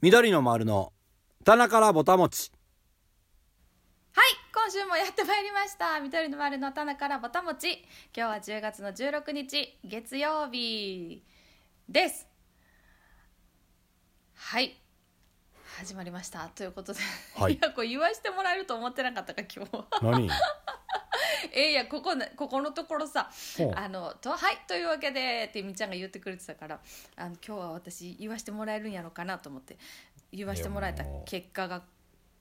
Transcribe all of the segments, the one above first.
緑の丸の棚からぼたもちはい今週もやってまいりました緑の丸の棚からぼたもち今日は10月の16日月曜日ですはい始まりましたということで、はいいやこう言わしてもらえると思ってなかったか今日は 何えいやここなここのところさほうあのとはいというわけでってみちゃんが言ってくれてたからあの今日は私言わしてもらえるんやろうかなと思って言わしてもらえたいやもう結果が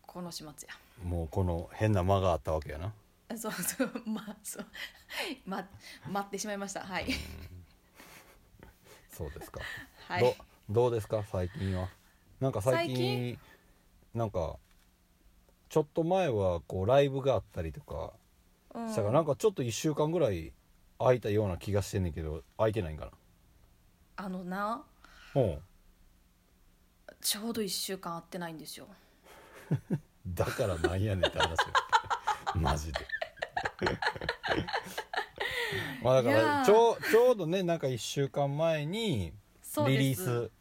この始末やもうこの変な間があったわけやなそうそうまあそうま待ってしまいましたはいそうですか、はいどどうですか最近はなんか最近最なんかちょっと前はこうライブがあったりとかうんしたから、なんかちょっと1週間ぐらい空いたような気がしてんねんけど空いてないんかなあのなほうちょうど1週間会ってないんですよだからなんやねんって話 よマジで まあだかいやらーちょうちょうどねなんか1週間前にそうでリすリース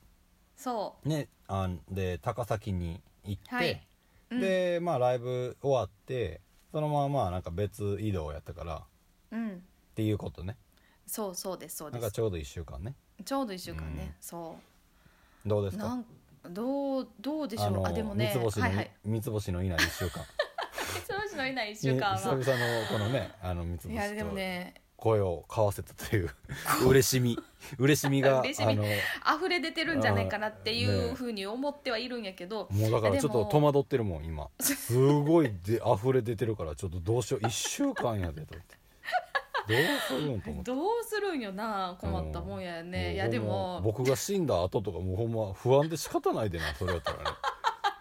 そねあんで高崎に行って、はいうんでまあライブ終わってそのまままあなんか別移動やったからっううんていうことねそうそうですそうなでんかすちょうど1週間ねちょうど1週間うんねそどうですうかなんどうどうでしょうああのでもね三つ星の、はいはい三つ星のいない1週 間三つ星のいない1週間久々はのこのねあの三ついや星でもとね声を交わせたという 嬉しみ嬉しみが嬉しみあの溢れ出てるんじゃないかなっていうふうに思ってはいるんやけど、もうだからちょっでとも戸惑ってるもん今すごいで 溢れ出てるからちょっとどうしよう1週間やでと思ってどうするんと思ってどうするんよな困ったもんやね、ういやでほんまも僕が死んだ後とかもうほんま不安で仕方ないでなそれやったら ね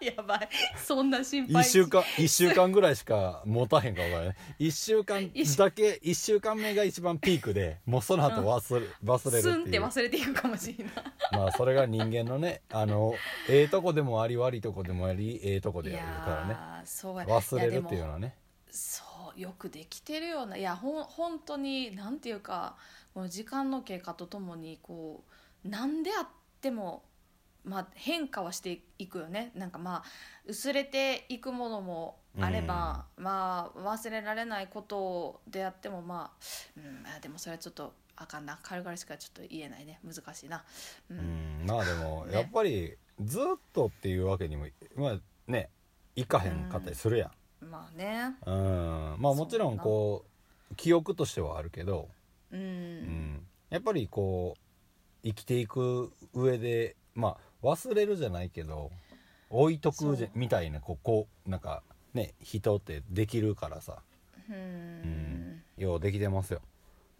やばいそんな心1配週間一週間ぐらいしか持たへんか分からない1週間だけ1週間目が一番ピークでもうその後忘れ,、忘れスるンっっていてう忘れていくかもしれないまあそれが人間のねあのええとこでもあり悪いとこでもありええとこでいやるからねやーそうや忘れやでるっもていうのはねそうよくできてるようないやほん本当になんていうかこの時間の経過とともにこう何であっても、まあ、変化はしていくよねなんかまあ薄れていくものもあれば、まあ忘れられないことであってもまあ、うん、あでもそれはちょっとあかんな軽々しかちょっと言えないね難しいな。ううんんまあでも ねやっぱりずっとっていうわけにもまあねいかへんかったりするやんまあねうんまあもちろんこう記憶としてはあるけど、う、うんん、やっぱりこう生きていく上でまあ忘れるじゃないけど置いとくじゃそうみたいなこうこうなんかね人ってできるからさ、うんうん、ようできてますよ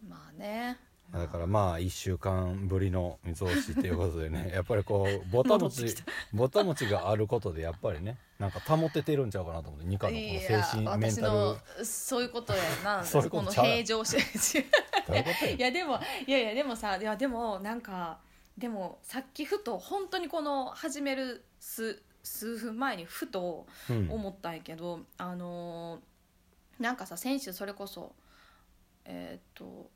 まあねだからまあ1週間ぶりの三つ星っていうことで ねやっぱりこうぼたも戻ってちきたぼたもちがあることでやっぱりねなんか保ててるんちゃうかなと思って二課のこのい精や神メン私タル のそういうことやなそういうことのちゃうやん平常心 どういうことやいやでもいやいやでもさいやでもなんかでもさっきふと本当にこの始める数数分前にふとうん思ったんやけど、あのーなんかさ先週それこそえーっと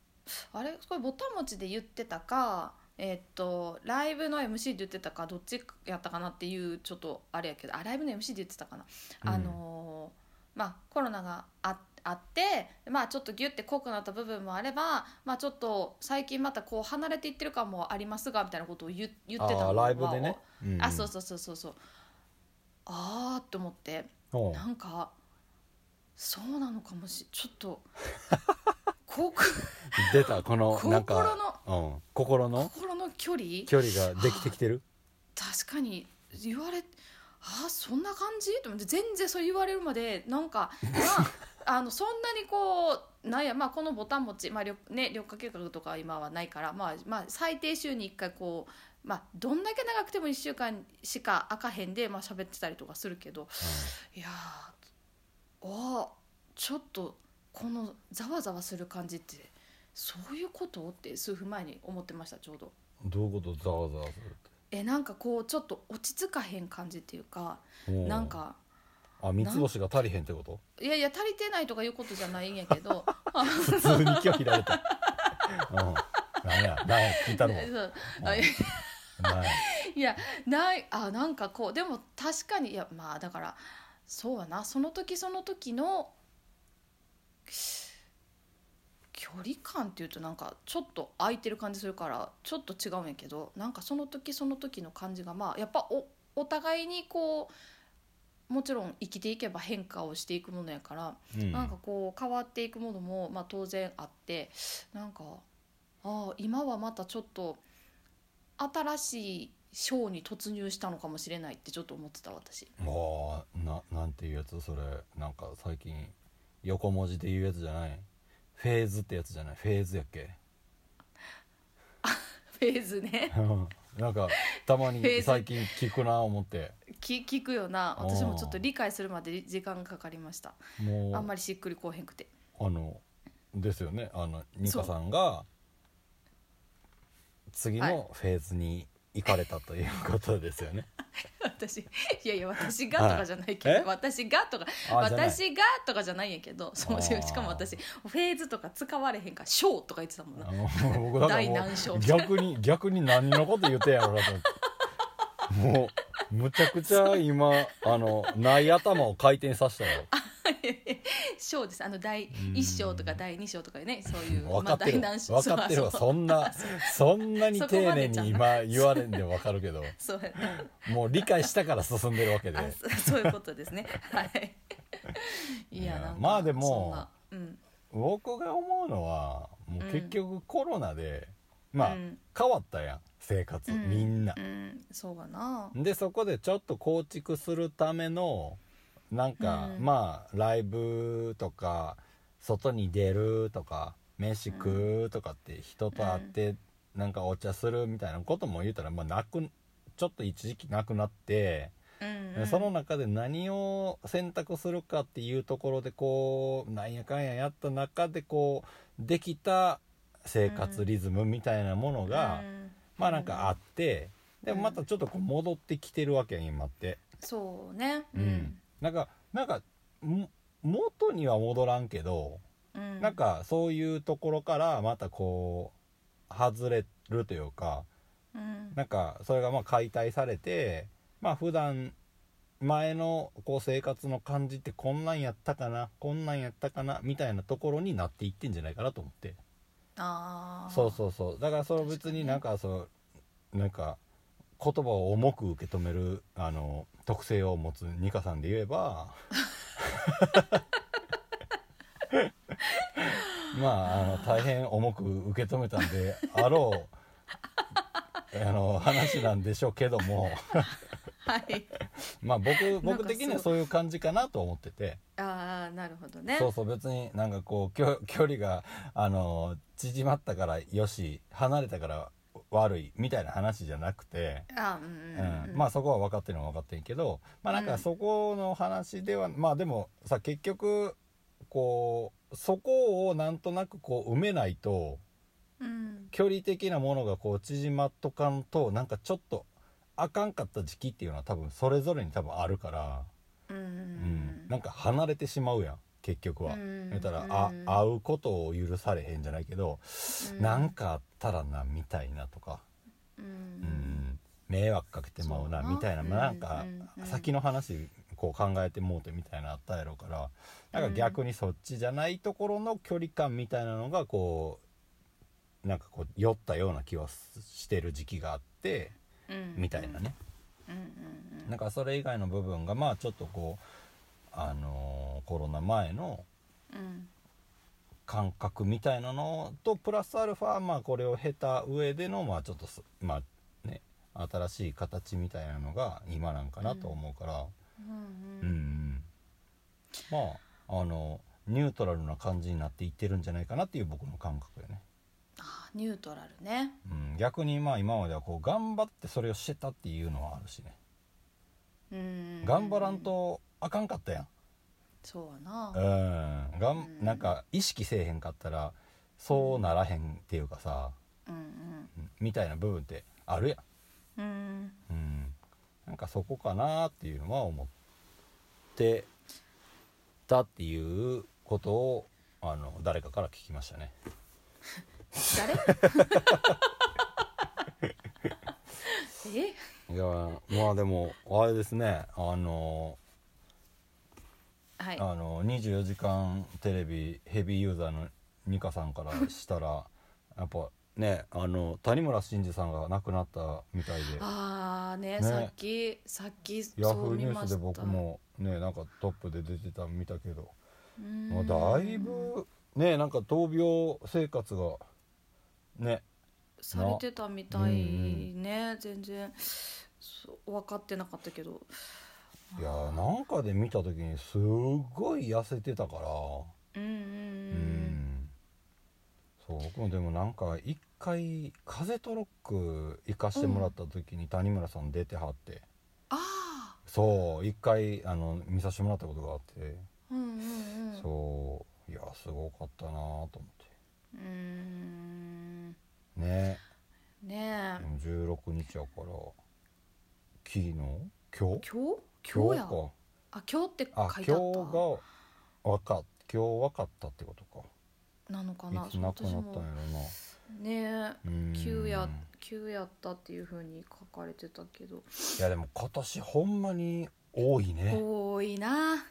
あれこれぼたもちで言ってたかえーっとライブの MC で言ってたかどっちやったかなっていうちょっとあれやけどあライブの MC で言ってたかな、うんあのーまあコロナがああってまあちょっとギュッて濃くなった部分もあればまあちょっと最近またこう離れていってる感もありますがみたいなことを言言ってたあのーライブでね、んあそうそうそうそうそうあーって思っておうなんかそうなのかもしちょっ とここ出たこの心なのんかうん、心の心の距離距離ができてきてる確かに言われあそんな感じと思って全然それ言われるまでなんかま ああのそんなにこうなんやまあこのボタン持ち、まあ緑ね、緑化計画とか今はないから、まあ、まあ最低週に1回こう、まあ、どんだけ長くても1週間しか開かへんで、まあ喋ってたりとかするけどいやーあーちょっとこのざわざわする感じってそういうことって数分前に思ってましたちょうど。うんどういうことざわざわするえなんかこうちょっと落ち着かへん感じっていうかっておうなんかあ三つ星が足りへんってこといやいや足りてないとかいうことじゃないんやけどあ普通に拒否ら れた うんなんやなんや聞いたろそううんあいなんやいやないあなんかこうでも確かにいやまあだからそうやなその時その時の距離感っていうとなんかちょっと空いてる感じするからちょっと違うんやけどなんかその時その時の感じがまあやっぱおお互いにこうもちろん生きていけば変化をしていくものやから、うんなんかこう変わっていくものも、まあ、当然あってなんかああ今はまたちょっと新しい章に突入したのかもしれないってちょっと思ってた私。 ああななんていうやつそれなんか最近横文字で言うやつじゃないフェーズってやつじゃないフェーズやっ けフェーズね うんなんかたまにフェーズ最近聞くな思ってき聞くよなおー私もちょっと理解するまで時間がかかりましたもうあんまりしっくりこうへんくて あのですよねあのニそうカさんが次はいのフェーズに行かれたということですよね。私いやいや私がとかじゃないけど、はいえ私がとかあじゃない私がとかじゃないんやけどそうあーしかも私フェーズとか使われへんから「ショー」とか言ってたもんなあの僕だから大も難所う逆に逆に何のこと言ってんやろうなと思 ってもうむちゃくちゃ今あのない頭を回転させたよ。 「ショー」ですあの第1章とか第2章とかねそういう分かってる、まあ第何章分かってるわそうそうそんなそんなに丁寧に今言われんで分かるけどそうやなもう理解したから進んでるわけであそそういうことですねはい いいややなんかまあでもそんなうん僕が思うのはもう結局コロナで、まあ、うん変わったやん生活、うんみんなう。んそうかなでそこでちょっと構築するためのなんか、うんまあライブとか外に出るとか飯食うとかって人と会って、なんかお茶するみたいなことも言うたら、まあ、なくちょっと一時期なくなって、うんでうんその中で何を選択するかっていうところでこうなんやかんややった中でこうできた生活リズムみたいなものが、うんまあなんかあってでうんもまたちょっとこう戻ってきてるわけやん今って。そうねなんかなんかも元には戻らんけど、うんなんかそういうところからまたこう外れるというかうんなんかそれがまあ解体されてまあ普段前のこう生活の感じってこんなんやったかなこんなんやったかなみたいなところになっていってんじゃないかなと思って。ああそうそうそうだからその確か別にになんかそうなんか言葉を重く受け止めるあの特性を持つニカさんで言えばまああの大変重く受け止めたんであろうあの話なんでしょうけどもはいまあ僕なんか僕的にすごはいそういう感じかなと思ってて。ああなるほどねそうそう別になんかこうき ょ距離があの縮まったからよし離れたから悪いみたいな話じゃなくて、あーうんううんんうんまあそこは分かってるのは分かってんけどまあなんうかんそこの話では、まあでもさ結局こうそこをなんとなくこう埋めないとうん距離的なものがこう縮まっとかんとなんかちょっとあかんかった時期っていうのは多分それぞれに多分あるから、うんううんんなんか離れてしまうやん結局は。言ったら、あ会うことを許されへんじゃないけど、うなんかあったらなみたいなとか、うんうん迷惑かけてまうなそうなみたいな、まあ、なんか、うんうんうん先の話こう考えてもうてみたいなあったやろうからなんか逆にそっちじゃないところの距離感みたいなのがこうなんかこう酔ったような気はしてる時期があってうんみたいなね。うんうんうんなんかそれ以外の部分がまあちょっとこうあのーコロナ前のうん感覚みたいなのとプラスアルファまあこれを経た上でのまあちょっとすまあね新しい形みたいなのが今なんかなと思うから、うんうん、うんまああのニュートラルな感じになっていってるんじゃないかなっていう僕の感覚よね。あーニュートラルねうん、逆にまあ今まではこう頑張ってそれをしてたっていうのはあるしねうん頑張らんとあかんかったやんそうやなうんがんうんなんか意識せえへんかったらそうならへんっていうかさ、うんうんみたいな部分ってあるやんうんううんん、なんかそこかなっていうのは思ってたっていうことをあの誰かから聞きましたね。誰 えいやまあでもあれですねあのはいあの24時間テレビヘビーユーザーのニカさんからしたら やっぱねあの谷村新司さんが亡くなったみたいでああねねさっきさっきヤそフうーニ見ューまスしでた僕もねなんかトップで出てたの見たけどうんもうだいぶねなんか闘病生活がねされてたみたいね全然そう分かってなかったけどいやなんかで見た時にすごい痩せてたからううんうんんそう僕もでもなんか一回「風トロック」行かしてもらった時に谷村さん出てはって、ああそう一回あの見させてもらったことがあって、うんうんうんそういやすごかったなと思ってうーんねねでも16日やから昨日今え日今日今日やかあ今日ってあ書いてあ今っ日たがわか今日わかったってことかなのかないつ亡くなったんやろ私もねなうんえ急や急やったっていうふうに書かれてたけどいやでも今年ほんまに多いね多いなね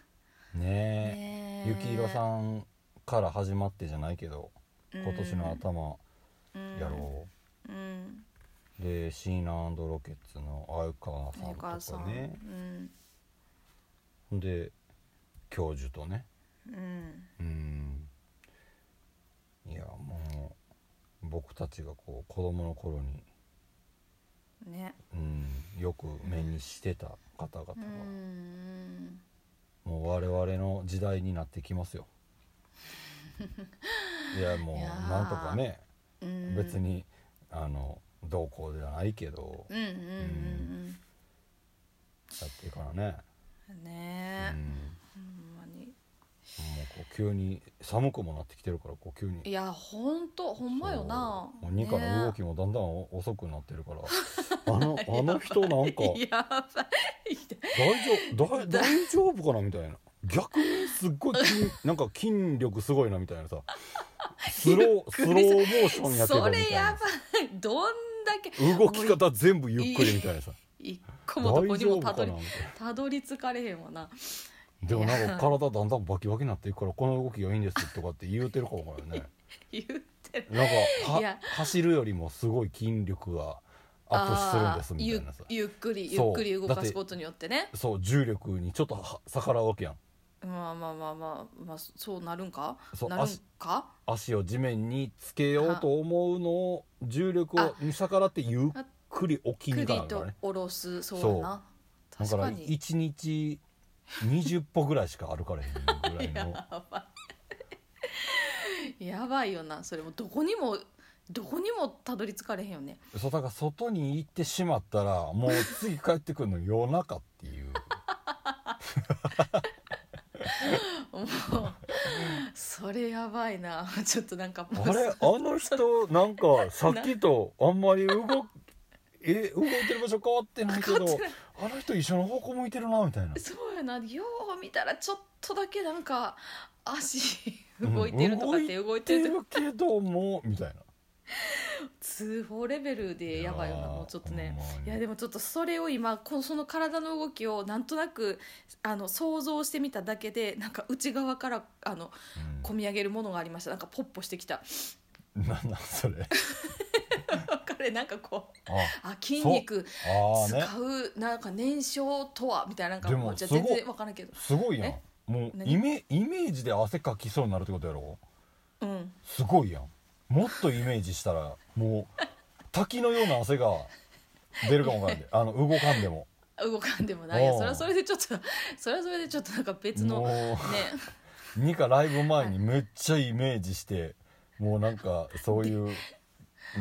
ねえゆきいろさんんから始まってじゃないけど今年の頭やろうん、うんうでシーナロケッツの鮎お川母ささんとん、かねうんで教授とねうんうんいやもう僕たちがこう子供の頃に、ねうん、よく目にしてた方々がう、んもう我々の時代になってきます よいやもいやうーなんとかねうん別にあの同行ではないけどうんうんうんやっていからね、うんうん、ねえ、もほんまにうこう急に寒くもなってきてるからこう急にいやほんとほんまよなそうもうニカの動きももだんだんお遅くなって るからあのあの人なんかやばい大丈夫大大丈夫かなみたいな逆にすっごい筋なんか筋力すごいなみたいなさスロースローモーションやけどそみたいれやなばいどんだけ動き方全部ゆっくりみたいなさ一個もどこ大に丈も夫たどかりなみたいなたどり着かれへんわなでもなんか体だんだんバキバキになっていくからこの動きがいいんですとかって言うてるかもからね言ってるなんかはいや走るよりもすごい筋力がアップするんですみたいなさあーゆゆっくりゆそうっくり動だかってすことによってねそう重力にちょっとは逆らうわけやんまあまあまあまあ、まあ、そうなるんかそうなるんか足を地面につけようと思うのを重力をに逆らってゆっくり起きクにリかなるかとらね下ろすそうやなだ確かからに1日20歩ぐらいしか歩かれへんぐらい のやばいやばいよなそれもどこにもどこにもたどり着かれへんよねそうだから外に行ってしまったらもう次帰ってくるの夜中って いうもうそれやばいなちょっとなんかもうあれあの人なんかさっきとあんまり動くえ動いてる場所変わってないけど変わってなあの人一緒の方向向いてるなみたいな そうやなよう見たらちょっとだけなんか足 うん動いてるとかって動いてる動とかいてるけどもみたいな通報レベルでやばいよなもうちょっとねいやでももちょっとそれを今このその体の動きをなんとなくあの想像してみただけでなんか内側からあの込み上げるものがありましたなんかポッポしてきたなんなんそれ 彼なんかこうああ筋肉あーね使うなんか燃焼とはみたいななんかでももうじゃあすご全然分からんけどすごいやんえもう何イメイメージで汗かきそうになるってことやろうんすごいやんもっとイメージしたらもう滝のような汗が出るかもわからんであの動かんでも動かんでもないいやおうそれはそれでちょっと それはそれでちょっとなんか別のねもうニカライブ前にめっちゃイメージしてもうなんかそういう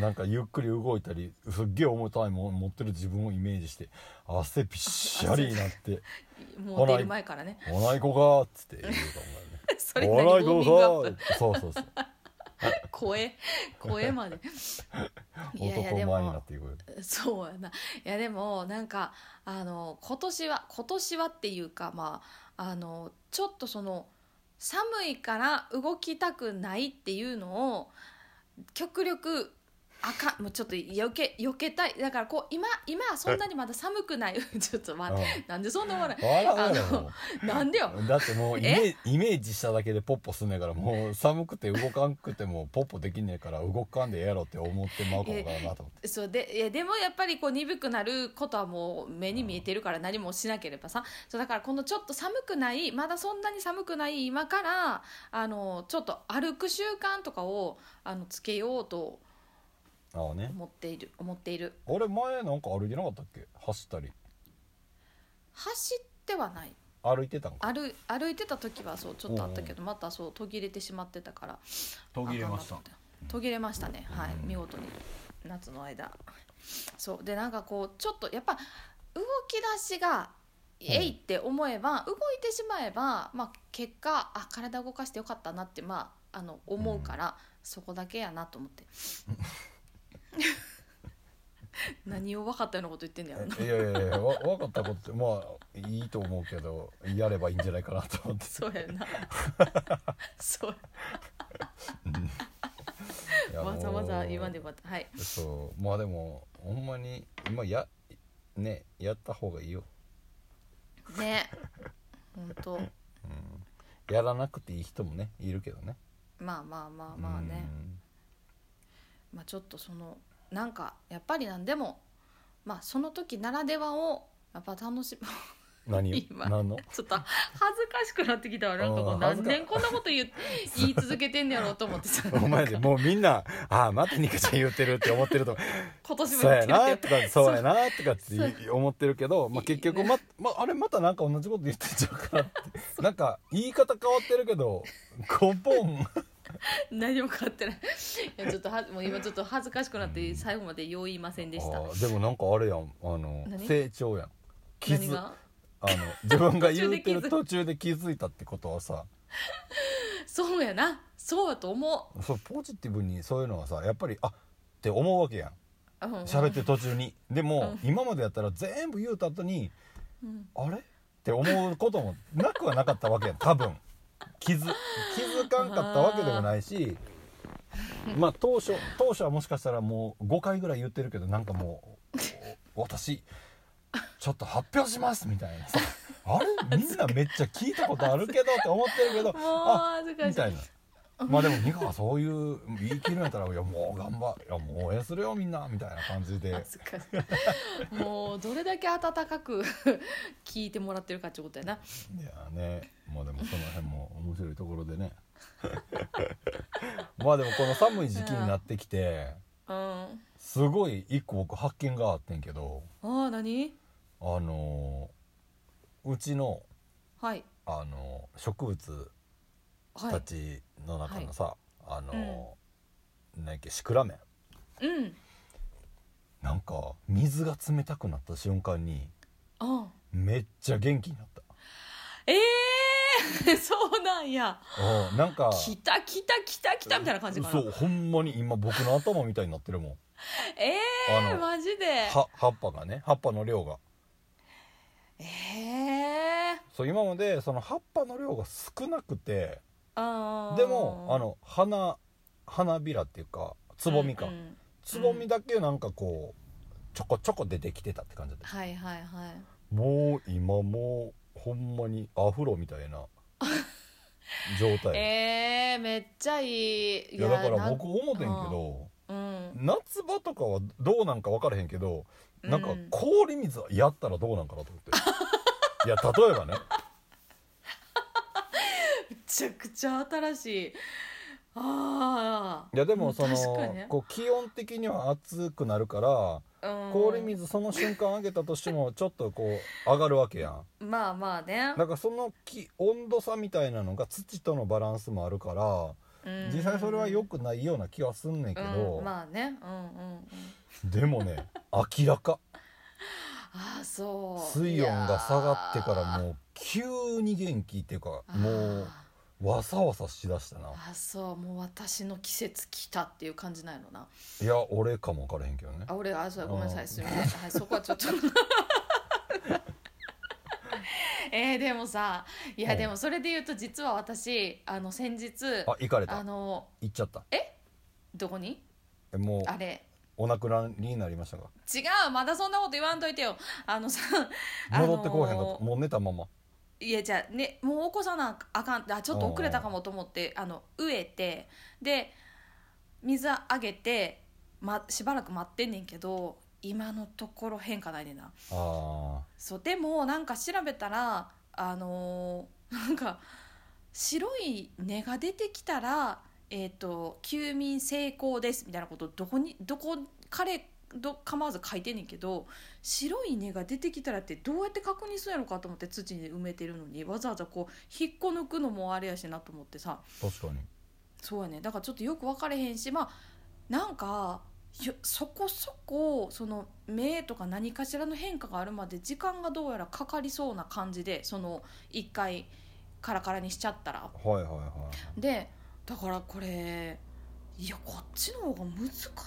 なんかゆっくり動いたりすっげえ重たいもん持ってる自分をイメージして汗びっしゃりにな ってもう出る前からね 「おないこが」っつって言うかもわからんでそれおなりにウォ笑いどーミングアッうプぞそうそうそう声声 までいやいや男で前になもっていく そうやないやでもなんかあの今年は今年はっていうかまああのちょっとその寒いから動きたくないっていうのを極力あかんもうちょっとよけよけたいだからこう今今はそんなにまだ寒くない ちょっと待って、うなんでそんな笑笑うやあのろいなんでよだってもうイメイメージしただけでポッポすんねんからもう寒くて動かんくてもポッポできねえから動かんでええやろって思ってまうかもかなと思ってそうでいやでもやっぱりこう鈍くなることはもう目に見えてるから何もしなければさそうだからこのちょっと寒くないまだそんなに寒くない今からあのちょっと歩く習慣とかをあのつけようとああね思っている思っているあれ前なんか歩いてなかったっけ走ったり走ってはない歩いてたんか歩歩いてた時はそうちょっとあったけどまたそう途切れてしまってたから途あかんなと思って途切れましたねはいうん見事に夏の間そうでなんかこうちょっとやっぱ動き出しがえいって思えば、動いてしまえば、まあ、結果あ体動かしてよかったなって、まあ、あの思うから、そこだけやなと思って 何を分かったようなこと言ってんだよないやいやいやわ分かったことってまあいいと思うけどやればいいんじゃないかなと思ってそうや なそうやいやわざわざ言わんもでよかったはいうそうまあでもほんまにまあやねやった方がいいよ、ね本当うん、やらなくていい人もねいるけどねまあまあまあまあね、まあ、ちょっとそのなんかやっぱり何でも、まあ、その時ならではをやっぱ楽しむ うん何を今何の ちょっと恥ずかしくなってきたわなんかこあーう何恥年こんなこと言う 言い続けてんねやろうと思ってさお前でもうみんな「ああまたニカちゃん言うてる」って思ってる と「今年もそうやっやてるってな」とか「そうやな」とかってそい思ってるけど、まあ、結局ままあれまたなんか同じこと言ってんちゃうかなってなんか言い方変わってるけど根本何も変わってないいやちょっとはもう今ちょっと恥ずかしくなって最後までよう言いませんでしたあーでもなんかあれやんあの何成長やん何傷あがの自分が 途言中でう気てづる途中で気づいたってことはさそうやなそうやと思そうポジティブにそういうのはさやっぱりあって思うわけやんううん喋ってる途中にでも、今までやったら全部言うた後にうんあれって思うこともなくはなかったわけやん多分気づ気づかんかったわけでもないしまあ当初当初はもしかしたらもう5回ぐらい言ってるけどなんかもう「お私ちょっと発表します」みたいなさ「 あれみんなめっちゃ聞いたことあるけど」って思ってるけどもうあ恥ずみかたしいいな。まあでも美香がそういう言い切るんやったら「いやもう頑張いやもう応援するよみんな」みたいな感じで恥ずかしいもうどれだけ温かく 聞いてもらってるかってことやないやねまあでもその辺も面白いところでね まあでもこの寒い時期になってきてうんあすごい一個僕発見があってんけどあ何あのーうちの、はいあのー植物はたいちの中のさ、あのーなんやっけシクラメンうんなんか水が冷たくなった瞬間にあめっちゃ元気になった。ええー、 そうなんやうんなんか来た来た来た来たみたいな感じかなそうほんまに今僕の頭みたいになってるもん。えあえー、のマジでは葉っぱがね葉っぱの量がええー、そう今までその葉っぱの量が少なくてあーでもあの花花びらっていうかつぼみか、うんうんつぼみだけなんかこうちょこちょこ出てきてたって感じだった、はいはいはいもう今もうほんまにアフロみたいな状態、 ええー、めっちゃいいいやだからなん僕思ってんけどうん夏場とかはどうなんか分からへんけどなんかうん氷水やったらどうなんかなと思って いや例えばねめちゃくちゃ新しいあいやでもその確かにねこう気温的には暑くなるからあ、うん、氷水その瞬間上げたとしてもちょっとこう上がるわけやんまあまあねだからその気温度差みたいなのが土とのバランスもあるからうん実際それは良くないような気はすんねんけど、うん、まあねうんうんうんでもね明ら かああそう水温が下がってからもう急に元気っていうかいやもーうわさわさしだしたなあーあそうもう私の季節来たっていう感じないのないや俺かも分からへんけどねあ俺あそううんごめんなさいすみません、はい、そこはちょっとえー、でもさいうやんでもそれで言うと実は私あの先日あ行かれあたの行っちゃったどこにえもうあれお亡くなりになりましたが違うまだそんなこと言わんといてよあのさ戻ってこうへんかった、あのーもう寝たままいやじゃあねもう起こさなあかんあちょっと遅れたかもと思ってあの植えてで水あげて、ま、しばらく待ってんねんけど今のところ変化ないねんなあそうでもなんか調べたらあのー なんか白い根が出てきたらえっ、と休眠成功ですみたいなことどこにどこ彼ど構わず書いてんねんけど白い根が出てきたらってどうやって確認するんやろかと思って土に埋めてるのにわざわざこう引っこ抜くのもあれやしなと思ってさー確かにそうやねだからちょっとよく分かれへんしまあなんかよそこそこその目とか何かしらの変化があるまで時間がどうやらかかりそうな感じでその一回カラカラにしちゃったら。はいはいはでだからこれいやこっちの方が難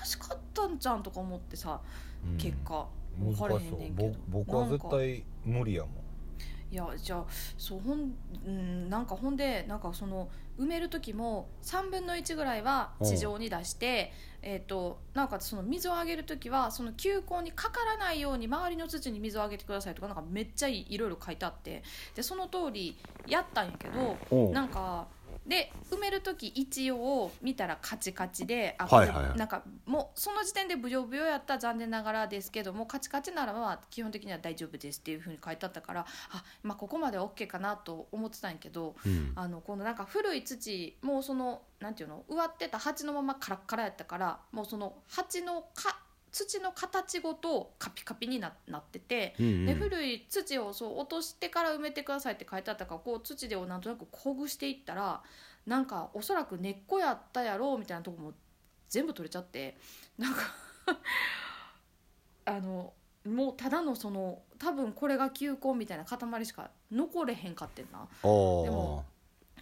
しかったんじゃんとか思ってさい、うん結果、難し分そかうれへんねんけどぼ僕はなん絶か対無理やもんいやじゃあそうほん、うん、なんかほんでなんかその埋める時も3分の1ぐらいは地上に出して、えー、となおかつその水をあげる時はその球根にかからないように周りの土に水をあげてくださいとかなんかめっちゃいいろいろ書いてあってでその通りやったんやけどおなんかで埋める時一応見たらカチカチであ、はいはいはいなんかもうその時点でブヨブヨやったら残念ながらですけどもカチカチならば基本的には大丈夫ですっていうふうに書いてあったからあ、まあ、ここまでは OK かなと思ってたんやけどうん、あのこのなんか古い土もうそのなんていうの植わってた鉢のままカラッカラやったからもうその鉢のか土の形ごとカピカピにななってて。うんで古い土をそう落としてから埋めてくださいって書いてあったからこう土でをなんとなくこぐしていったらなんかおそらく根っこやったやろうみたいなとこも全部取れちゃってなんかあのもうただのその多分これが球根みたいな塊しか残れへんかってんな。でも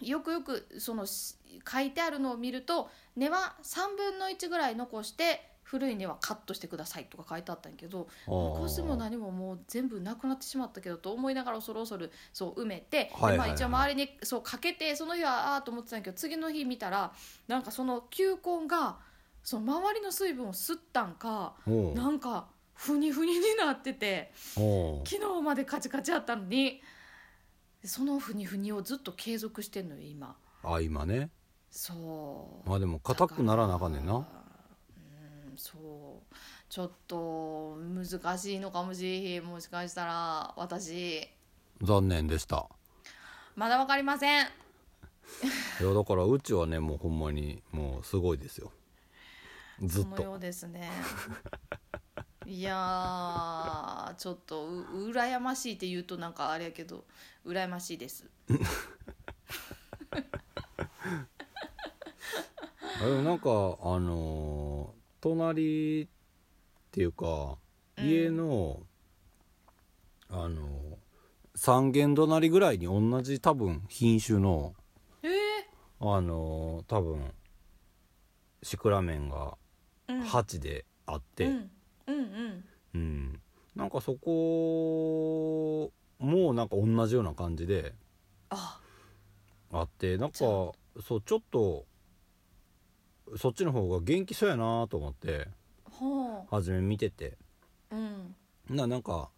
よくよくそのし書いてあるのを見ると根は3分の1ぐらい残して古い根はカットしてくださいとか書いてあったんやけど残すもい何ももう全部なくなってしまったけどと思いながら恐る恐るそう埋めて、はいはいはいでまあ、一応周りにそうかけてその日はああーと思ってたんだけど次の日見たらなんかその球根がその周りの水分を吸ったんかおなんかふにふにになっててお昨日までカチカチやったのにそのふにふにをずっと継続してんのよ今あ今ねそうまあでも硬くならなあかんねんなうんそうちょっと難しいのかもしれへんもしかしたら私残念でしたまだわかりませんいやだからうちはねもうほんまにもうすごいですよずっそのよとうですね いやーちょっとう羨ましいって言うとなんかあれやけど羨ましいですあでもなんかあのー隣っていうかうん家の、あのー三軒隣ぐらいに同じ多分品種のえあのー多分シクラメンがー、うん鉢であって、うんうんうんうん、なんかそこもなんか同じような感じでああってなんかちょそうちょっとそっちの方が元気そうやなと思ってほ初め見ててううんななんか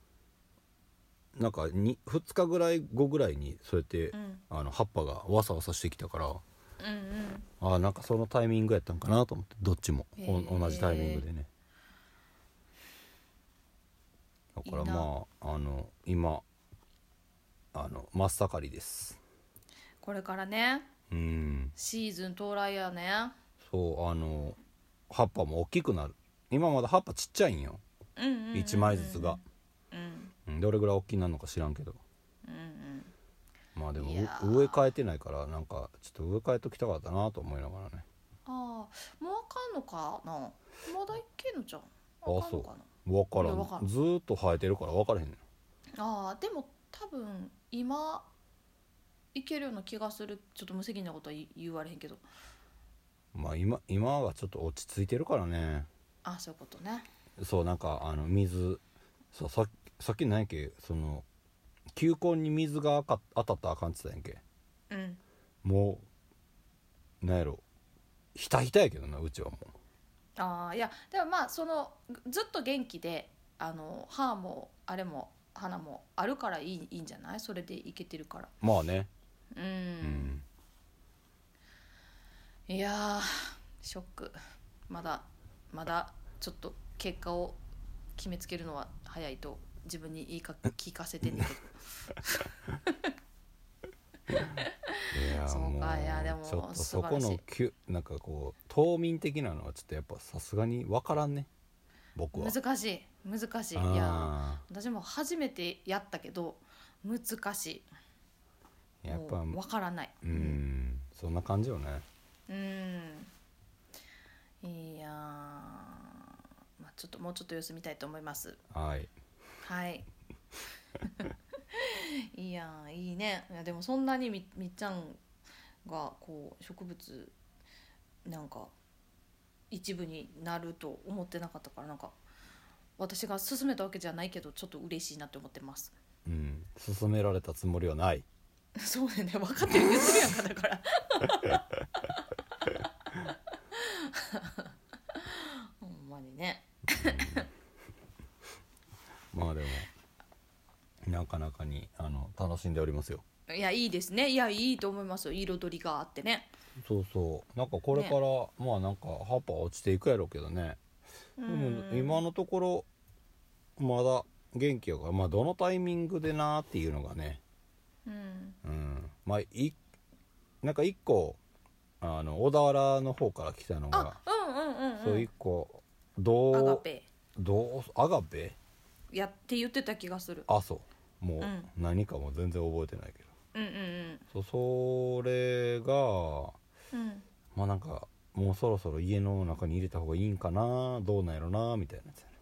なんか 2, 2日ぐらい後ぐらいにそうやってう、んあの葉っぱがわさわさしてきたからうんうんあーなんかそのタイミングやったんかなと思ってどっちも、おへー同じタイミングでねだからいいなまああの今あの真っ盛りですこれからねうんシーズン到来やねそうあの葉っぱも大きくなる今まだ葉っぱちっちゃいんようんうんうんうん1枚ずつが、うんうんどれぐらい大きくなるのか知らんけどうんうんまあでもういやー植え替えてないからなんかちょっと植え替えときたかったなと思いながらねああもうあかんのかなまだいけんのじゃんああかんのかな分からいやわからんんずーっと生えてるから分からへんねんああでも多分今いけるような気がするちょっと無責任なことは言言われへんけどまあ今今はちょっと落ち着いてるからねああそういうことねそうなんかあの水そうささっき何やっけその球根に水があか当たったらあかんって言ってたやんけうんもうなんやろひたひたやけどなうちはもああいやでもまあそのずっと元気であの歯もあれも花もあるからいいいいんじゃないそれでいけてるからまあねうん、うんいやーショックまだまだちょっと結果を決めつけるのは早いと自分に言いか聞かせてんだけどいやそうかもいやでもちょっとそこ素晴らしのいきゅなんかこう冬眠的なのはちょっとやっぱさすがに分からんね僕は難しい難しいいやーあ私も初めてやったけど難しいーやっぱもう分からないうんそんな感じよねうんいやー、まあ、ちょっともうちょっと様子見たいと思いますはいはい いやーいいねいやでもそんなにみみっちゃんがこう植物なんか一部になると思ってなかったからなんか私が勧めたわけじゃないけどちょっと嬉しいなって思ってます うん勧められたつもりはないそうだよね分かってる言ってるやんかだから ほんまにねまあでもなかなかにあの楽しんでおりますよいやいいですねいやいいと思いますよ彩りがあってねそうそうなんかこれから、まあなんか葉っぱ落ちていくやろうけどねうでもん今のところまだ元気やからまあどのタイミングでなーっていうのがねうんうんまあいなんか一個あの小田原の方から来たのがあうんうんうん、うん、そう一個どアガうペどうアガベやって言ってた気がするあそうもううん何かも全然覚えてないけど、うんうんそうそれがうんうんまあなんかもうそろそろ家の中に入れた方がいいんかなどうなんやろなみたいなやつやね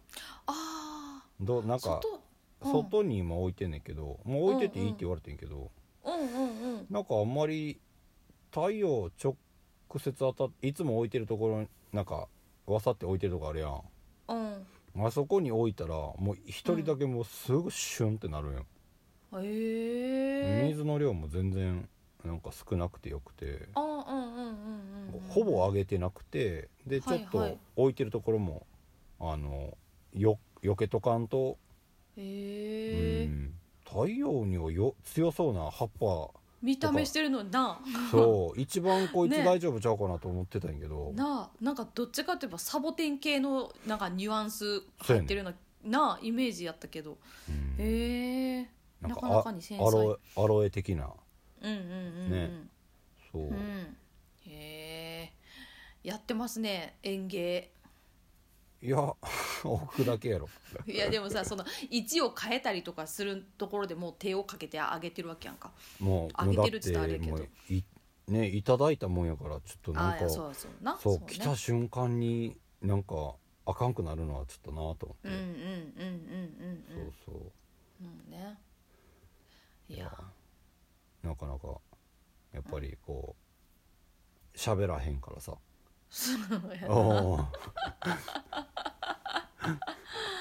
あどうなあんか外うん外に今置いてんねんけど、もう置いてていいって言われてんけど、うんうんうんなんかあんまり太陽直接当たっていつも置いてるところになんかわさって置いてるとこあるやんうんあそこに置いたらもう一人だけもうすぐシュンってなるやん、へえ水の量も全然なんか少なくてよくてあうんうんうんうんほぼ上げてなくてでちょはいっと置いてるところも、あのよよけとかんと、へえうん太陽にはよ強そうな葉っぱ見た目してるのにな そう一番こいつね大丈夫ちゃうかなと思ってたんやけど、なあなんかどっちかっていえばサボテン系のなんかニュアンス入ってるようななあイメージやったけどうんへえなんかなかなかに繊細アロエアロエ的なうんうんうんうん、ねそう、うんへえやってますね園芸いや 置くだけやろいやでもさその位置を変えたりとかするところでもう手をかけてあげてるわけやんかもうあげてるっつったらあれだやもけどういねいただいたもんやからちょっとなんああかそうそうなそう、ね来た瞬間になんかあかんくなるのはちょっとなと思っうんうんて、うんうんうんうんそうそもうねういやなかなかやっぱりこう喋らへんからさおー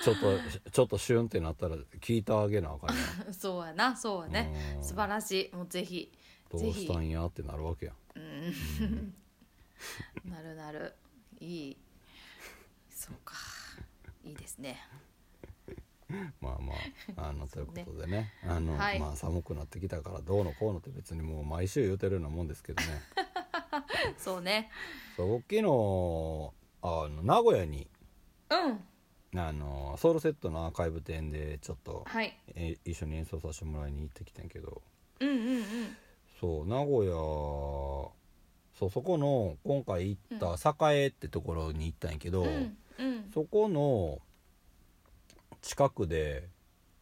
ちょっとちょっとシュンってなったら聞いてあげなあかんやん そうやなそうや ねうん素晴らしいもうぜひどうぜひしたんやってなるわけやんうんなるなるいいそうかいいですねまあまああ のということでねあの、はいまあ寒くなってきたからどうのこうのって別にもう毎週言うてるようなもんですけどね そうねそう僕昨日あの名古屋にうんあのソウルセットのアーカイブ展でちょっと、はいえ一緒に演奏させてもらいに行ってきたんやけどうんうんうんそう名古屋そうそこの今回行った栄ってところに行ったんやけど、うんうんそこの近くで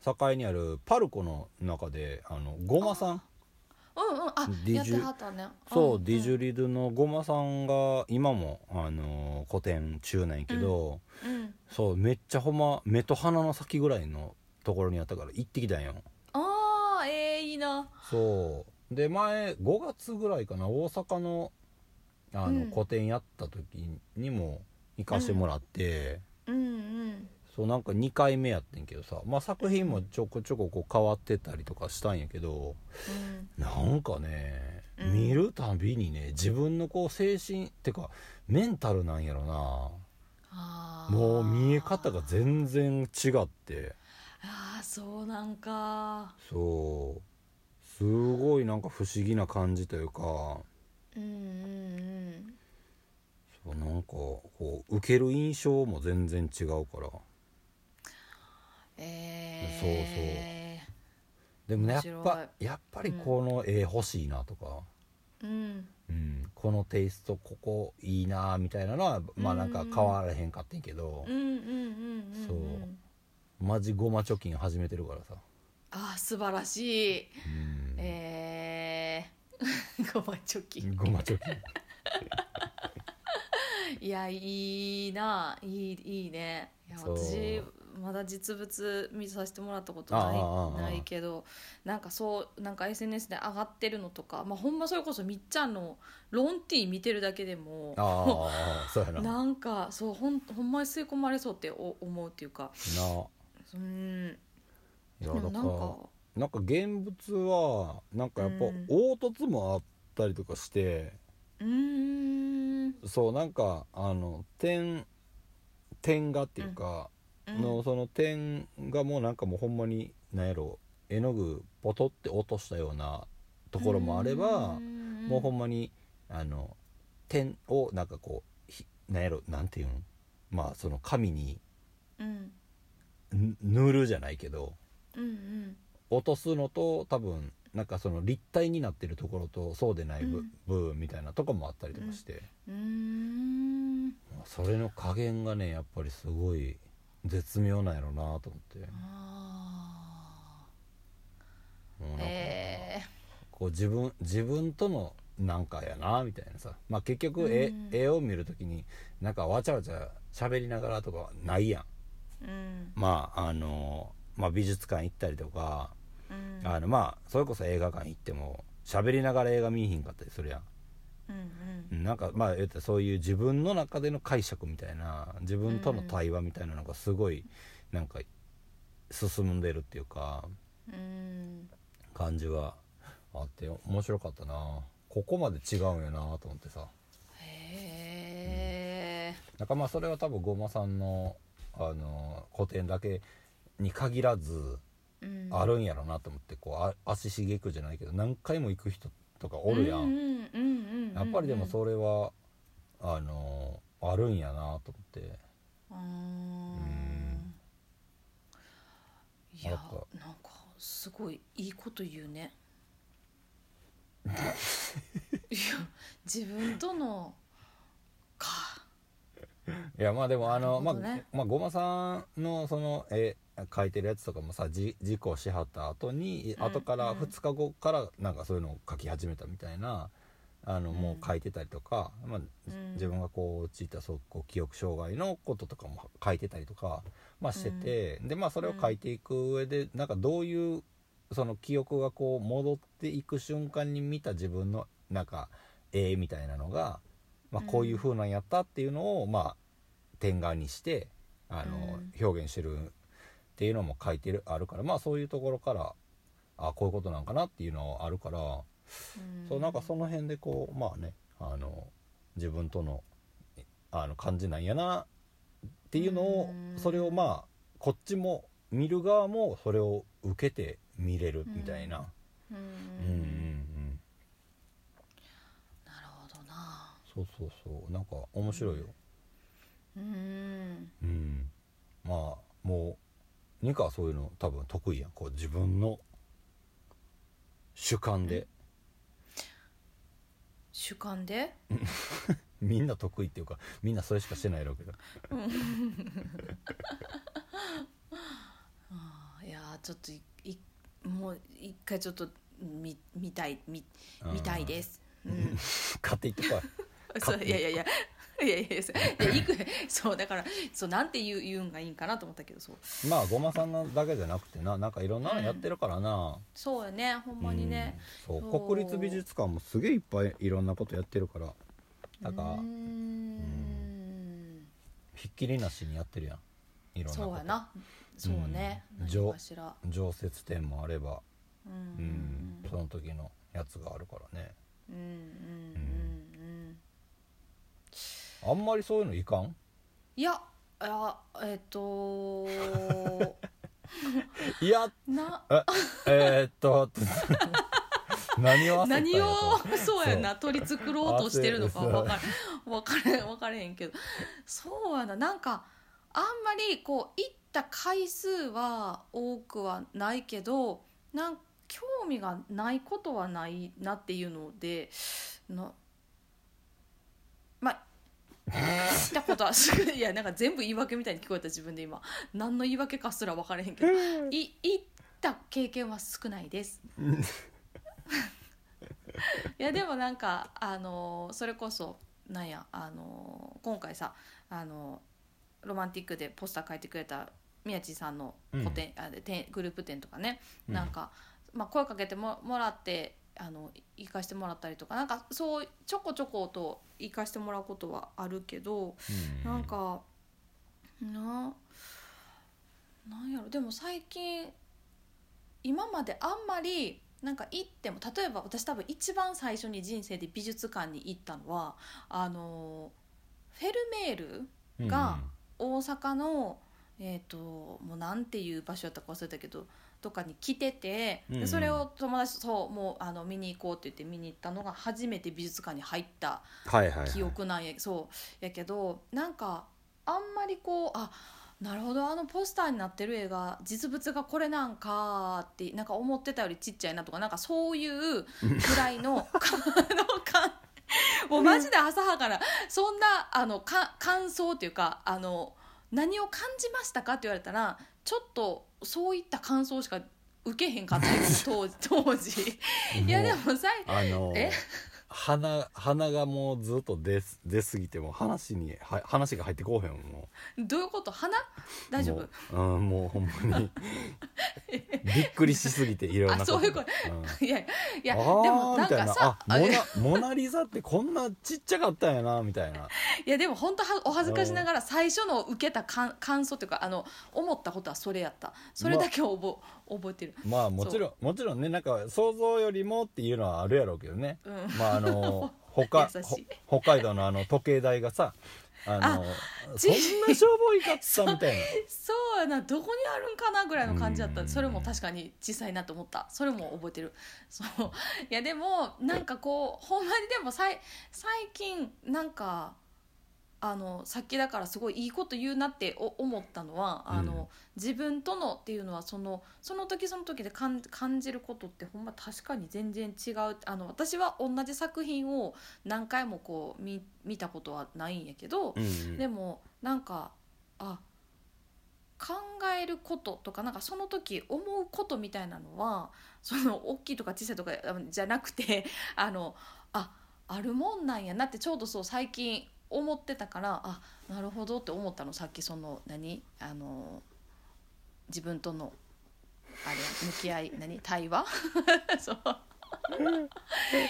境にあるパルコの中であのごまさんうんうんあディやっジてュはったねそう、んディジュリドゥのごまさんが今も、あのー、古典中なんやけど、うんそうめっちゃほんま目と鼻の先ぐらいのところにあったから行ってきたんよああえー、いいなそうで前5月ぐらいかな大阪のあの、うん個展やった時にも行かしてもらって、うんうんそうなんか2回目やってんけどさ、まあ、作品もちょこちょここう変わってたりとかしたんやけどうんなんかね、うん見るたびにね自分のこう精神ってかメンタルなんやろなあーもう見え方が全然違ってあーそうなんかそうすごいなんか不思議な感じというかうんうんうんそうなんかこう受ける印象も全然違うからえー、でもねや面っ白いぱやっぱりこの絵欲しいなとか、そうそううんうんこのテイストここいいなみたいなのはまあなんか変わらへんかってんけどうんうんうんうんそうんマジゴマ貯金始めてるからさ、あー素晴らしいうんえー、 ごま貯金ゴマ貯金いやいいないいいいねいやそう私まだ実物見させてもらったことああああああないないけどなんかそうなんか SNS で上がってるのとか、まあ、ほんまそれこそみっちゃんのロンティー見てるだけでもああそうやなななんかそうほんほんまに吸い込まれそうってお思うっていうかうんいでやもだなかんからなんか現物はなんかやっぱうん凹凸もあったりとかして、うーんそうなんかあの点点画っていうか、うのんその点がもうなんかもうほんまに何やろ絵の具ポトって落としたようなところもあれば、んもうほんまにあの点をなんかこうひ何やろなんていうんまあその紙にうんぬ塗るじゃないけどうんうん落とすのと多分なんかその立体になってるところとそうでない部,、うん分みたいなとこもあったりとかして、うーんまあそれの加減がねやっぱりすごい絶妙なんやろなと思ってもうなあーんかえこう自分自分とのなんかやなみたいなさ、まあ、結局絵,、うん絵を見る時になんかわちゃわちゃ喋りながらとかないやん。ーうんまああのまあ、美術館行ったりとか、うんあのまあそれこそ映画館行っても喋りながら映画見えひんかったりするやん。うんなんかまあ言ったらそういう自分の中での解釈みたいな自分との対話みたいなのがすごいなんか進んでるっていうかうんうん感じはあって面白かったなここまで違うんやなと思ってさへえなんかまあそれは多分ごまさんのあの古典だけに限らずうんあるんやろなと思ってこうあ足しげくじゃないけど何回も行く人とかおるやうんんうんうんうんうんやっぱりでもそれはあのあるんやなと思って。うーんんいややなんっかすごいいいこと言うねいや自分とのかいやまあでもあの、なまるほどねあまあごまさんのそのえ書いてるやつとかもさじ事故しはった後にうん後からうん2日後からなんかそういうのを書き始めたみたいなあのうんもう書いてたりとか、まあ、うん自分がこう陥ったそうこう記憶障害のこととかも書いてたりとか、まあ、してて、でまあそれを書いていく上でなんかどういうその記憶がこう戻っていく瞬間に見た自分のなんか絵みたいなのが、まあ、こういう風なんやったっていうのを、まあ点眼にしてあの、う表現してるっていうのも書いてるあるからまあそういうところからあこういうことなんかなっていうのはあるから、そうなんかその辺でこうまあねあの自分とのえあの感じなんやなっていうのをうんそれをまあこっちも見る側もそれを受けて見れるみたいな、うんうんうん、うんうんなるほどなそうそうそうなんか面白いよ、うんうん、まあもうニカはそういうの多分得意やんこう自分の主観で、主観でみんな得意っていうかみんなそれしかしてないやろうけどあーいやーちょっといいもう一回ちょっと見見たい見見たいです、 うん、買っていってこい そ勝う手にいやいやいやいやいやそういやいくそうだからそうなんて言う言うんがいいんかなと思ったけどそうまあごまさんのだけじゃなくてななんかいろんなのやってるからな、そうよねほんまにね、うんそそうう国立美術館もすげえいっぱいいろんなことやってるからうーなんん、かひっきりなしにやってるやんいろんなことそうやなそうね、うん何かしら常設展もあれば、ううんんその時のやつがあるからねうんうんうんうんあんまりそういうのいかんいやいやえっ、と いやなええーっと 何を焦ったん何やをとそうやな取り繕おうとしてるのか分かれ分かれ分かれへんけどそうやななんかあんまりこう行った回数は多くはないけどなん興味がないことはないなっていうのでなまあ行ったことはすぐいやなんか全部言い訳みたいに聞こえた自分で今何の言い訳かすら分かれへんけどい行った経験は少 ないです。いやでもなんかあのーそれこそなんやあのー今回さあのーロマンティックでポスター書いてくれた宮地さんの個展、あで展グループ展とかね、うんなんか、まあ、声かけてももらってあの行かしてもらったりとかなんかそうちょこちょこと行かしてもらうことはあるけど、うなんかななんやろでも最近今まであんまりなんか行っても例えば私多分一番最初に人生で美術館に行ったのはあのフェルメールが大阪の、えー、ともうなんていう場所やったか忘れたけどとかに来てて、うんうんでそれを友達とそうもうあの見に行こうって言って見に行ったのが初めて美術館に入ったはいはいはい記憶なんや、そうやけどなんかあんまりこうあなるほどあのポスターになってる絵が実物がこれなんかってなんか思ってたよりちっちゃいなとかなんかそういうぐら いのあの感もうマジで浅はかなそんなあのか感想というかあの何を感じましたかって言われたらちょっとそういった感想しか受けへんかったよ当時当時いや でもうもさあのえ鼻鼻がもうずっと出す出すぎてもう話には話が入ってこうへんもんもうどういうこと鼻大丈夫もう,、うん、もうほんま にびっくりしすぎていろんなあそういうことうん いやいやあでーもなんみたいかさあいモやナ モナ・リザってこんなちっちゃかったんやなみたいないやでも本当はお恥ずかしながら最初の受けた感感想というかあの思ったことはそれやったそれだけを覚,、覚えてるまあもちろんもちろんねなんか想像よりもっていうのはあるやろうけどねうんまああ の他優しいほ北海道のあの時計台がさあのそちんなしょぼいかったみたいな そうやなどこにあるんかなぐらいの感じだっうたんそれも確かに小さいなと思ったそれも覚えてるそういやでもなんかこうほんまにでもさい最近なんかあのさっきだからすごいいいこと言うなってお思ったのはあの、うん自分とのっていうのはそのその時その時で感感じることってほんま確かに全然違うあの私は同じ作品を何回もこう見見たことはないんやけど、うんうんでもなんかあ考えることとかなんかその時思うことみたいなのは その大きいとか小さいとかあのじゃなくて あのああるもんなんやなってちょうどそう最近思ってたからあなるほどって思ったのさっきその何あの自分とのあれ向き合い何対話 そう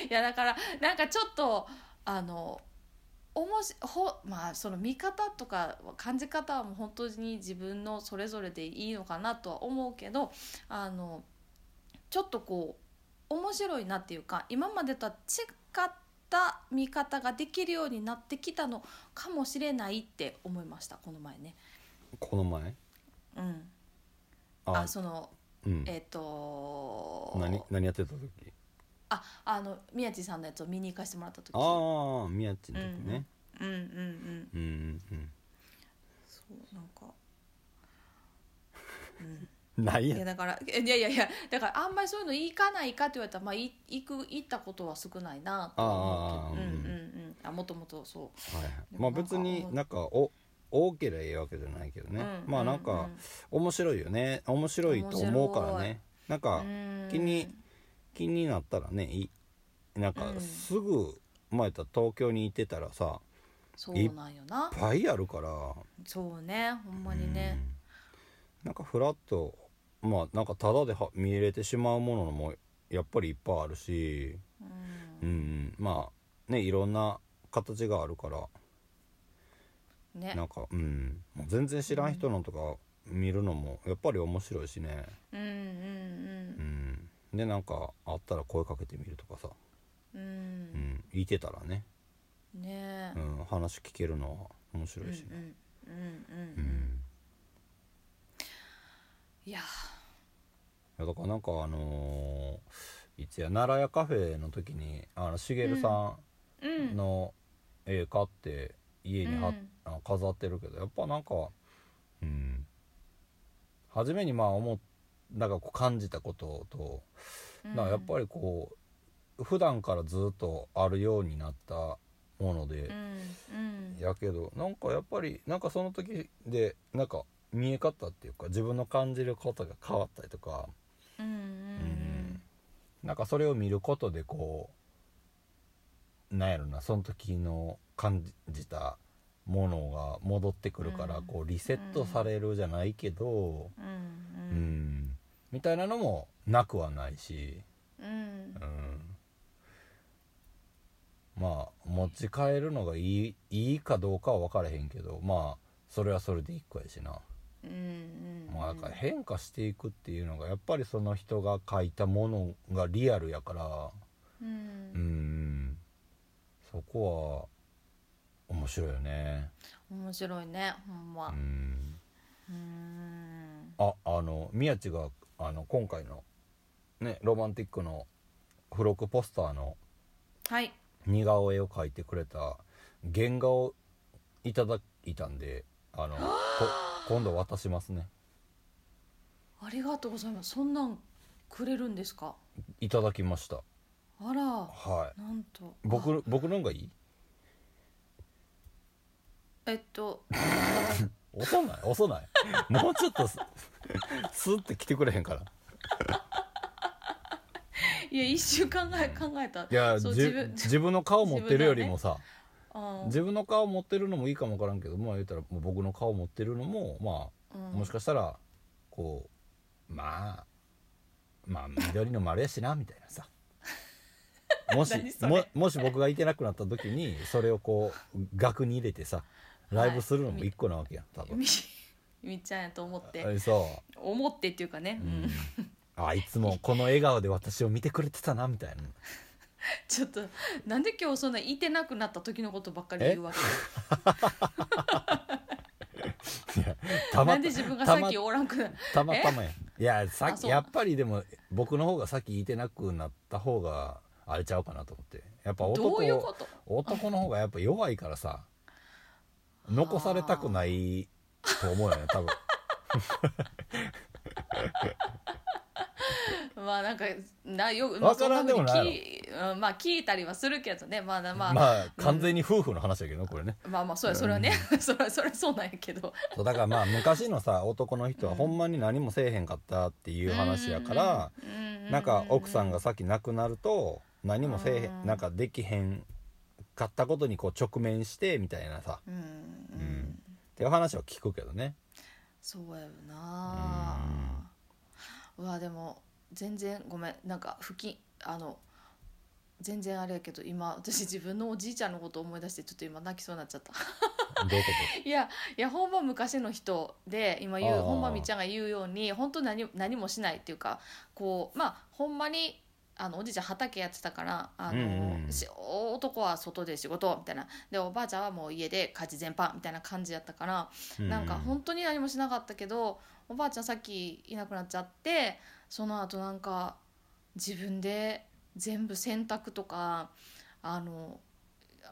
いやだからなんかちょっとあのおもしほまあその見方とか感じ方はもう本当に自分のそれぞれでいいのかなとは思うけどあのちょっとこう面白いなっていうか今までとは違った見方ができるようになってきたのかもしれないって思いましたこの前ね。この前うん、ああそのうんえっ、と何何やってた時ああの宮地さんのやつを見に行かせてもらった時ああ宮地の時ねうんううんうんんうんそうなんかうんうんないいややだからえいやいやいやだからあんまりそういうの行かないかって言われたらまあい行く行ったことは少ないなとは思うけあどあうんああうんうんあもともとそうはいはいでまもあなんか別になんかお多ければいいわけじゃないけどねうまあなんか面白いよね面白いと思うからねなんうんかうん気に気になったらねいなんかうんすぐ前と東京に行ってたらさそうなんよないっぱいあるからそうねほんまにねうんなんかフラッとまあなんかただでは見れてしまうものもやっぱりいっぱいあるしううんん、まあねいろんな形があるからねなんかうんもう全然知らん人のとか見るのもやっぱり面白いしねうんうんうんでなんかあったら声かけてみるとかさ、うんううんん、いてたらね、ねうん、話聞けるのは面う白んういしね、んううんうんううんんいやいやだからなんかあのーいつや奈良屋カフェの時にあのしげるさうんんの絵買って家に貼っうんあ飾ってるけどやっぱなんかうん初めにまあ思っなんかこう感じたことと、なんかやっぱりこう普段からずっとあるようになったものでう、んうんやけどなんかやっぱりなんかその時でなんか見え方っていうか自分の感じることが変わったりとか。うんうんなんかそれを見ることでこうなんやろなその時の感じたものが戻ってくるから、うんこうリセットされるじゃないけど、うんうんうんうんみたいなのもなくはないし、うんうん、まあ持ち帰るのがいいいいかどうかは分からへんけどまあそれはそれで一個やしな。うんまあ、なんか変化していくっていうのがやっぱりその人が書いたものがリアルやからううんんそこは面白いよね面白いねほんうまんうんああの宮地があの今回のねロマンティックの付録ポスターのはい似顔絵を描いてくれた原画をいただいたんであのこ今度渡しますねありがとうございますそんなんくれるんですかいただきましたあらはいなんとあ僕僕のんがいいえっと遅ない遅ない もうちょっとすスッて来てくれへんからいや一瞬考え考えたいやじそう自自分分の顔持ってるよりもさあ自分,、ーの顔持ってるのもいいかもわからんけどまあ言ったらもう僕の顔持ってるのもまうんあもしかしたらこうまあまあ緑の丸やしなみたいな さもし何それももし僕がいてなくなった時にそれをこう額に入れてさライブするのも一個なわけやん多分み みっちゃんやと思ってえそう思ってっていうかね、うんあいつもこの笑顔で私を見てくれてたなみたい なちょっとなんで今日そんないてなくなった時のことばっかり言うわけたなまんで自分がさっきおらんくなるたまたまやいやさあっきそうやっぱりでも僕の方がさっきいてなくなった方があれちゃうかなと思ってやっぱどういう男こと男の方がやっぱ弱いからさ残されたくないと思うよね多分まあなんかなよまあわからんでもないそんなふうに聞いうんまあ聞いたりはするけどね まあまあ、まあ、まあ完全に夫婦の話だけどねこれねまあそうやそれはね、 それはそれはそうなんやけどそうだからまあ昔のさ男の人はほんまに何もせえへんかったっていう話やから、なんか奥さんががさっき亡くなると何もせえへうんんなんかできへんかったことにこう直面してみたいなさうん、うんっていう話は聞くけどねそうやよなうわでも全然ごめんなんか付近あの全然あれやけど今私自分のおじいちゃんのこと思い出してちょっと今泣きそうになっちゃったどういう いやいやほんま昔の人で今言あうーほんまみっちゃんが言うように本当何何もしないっていうかこうまあほんまにあのおじいちゃん畑やってたからあの、うんうんし男は外で仕事みたいなでおばあちゃんはもう家で家事全般みたいな感じやったからことなんか本当に何もしなかったけどおばあちゃんさっきいなくなっちゃってその後なんか自分で全部洗濯とかあの、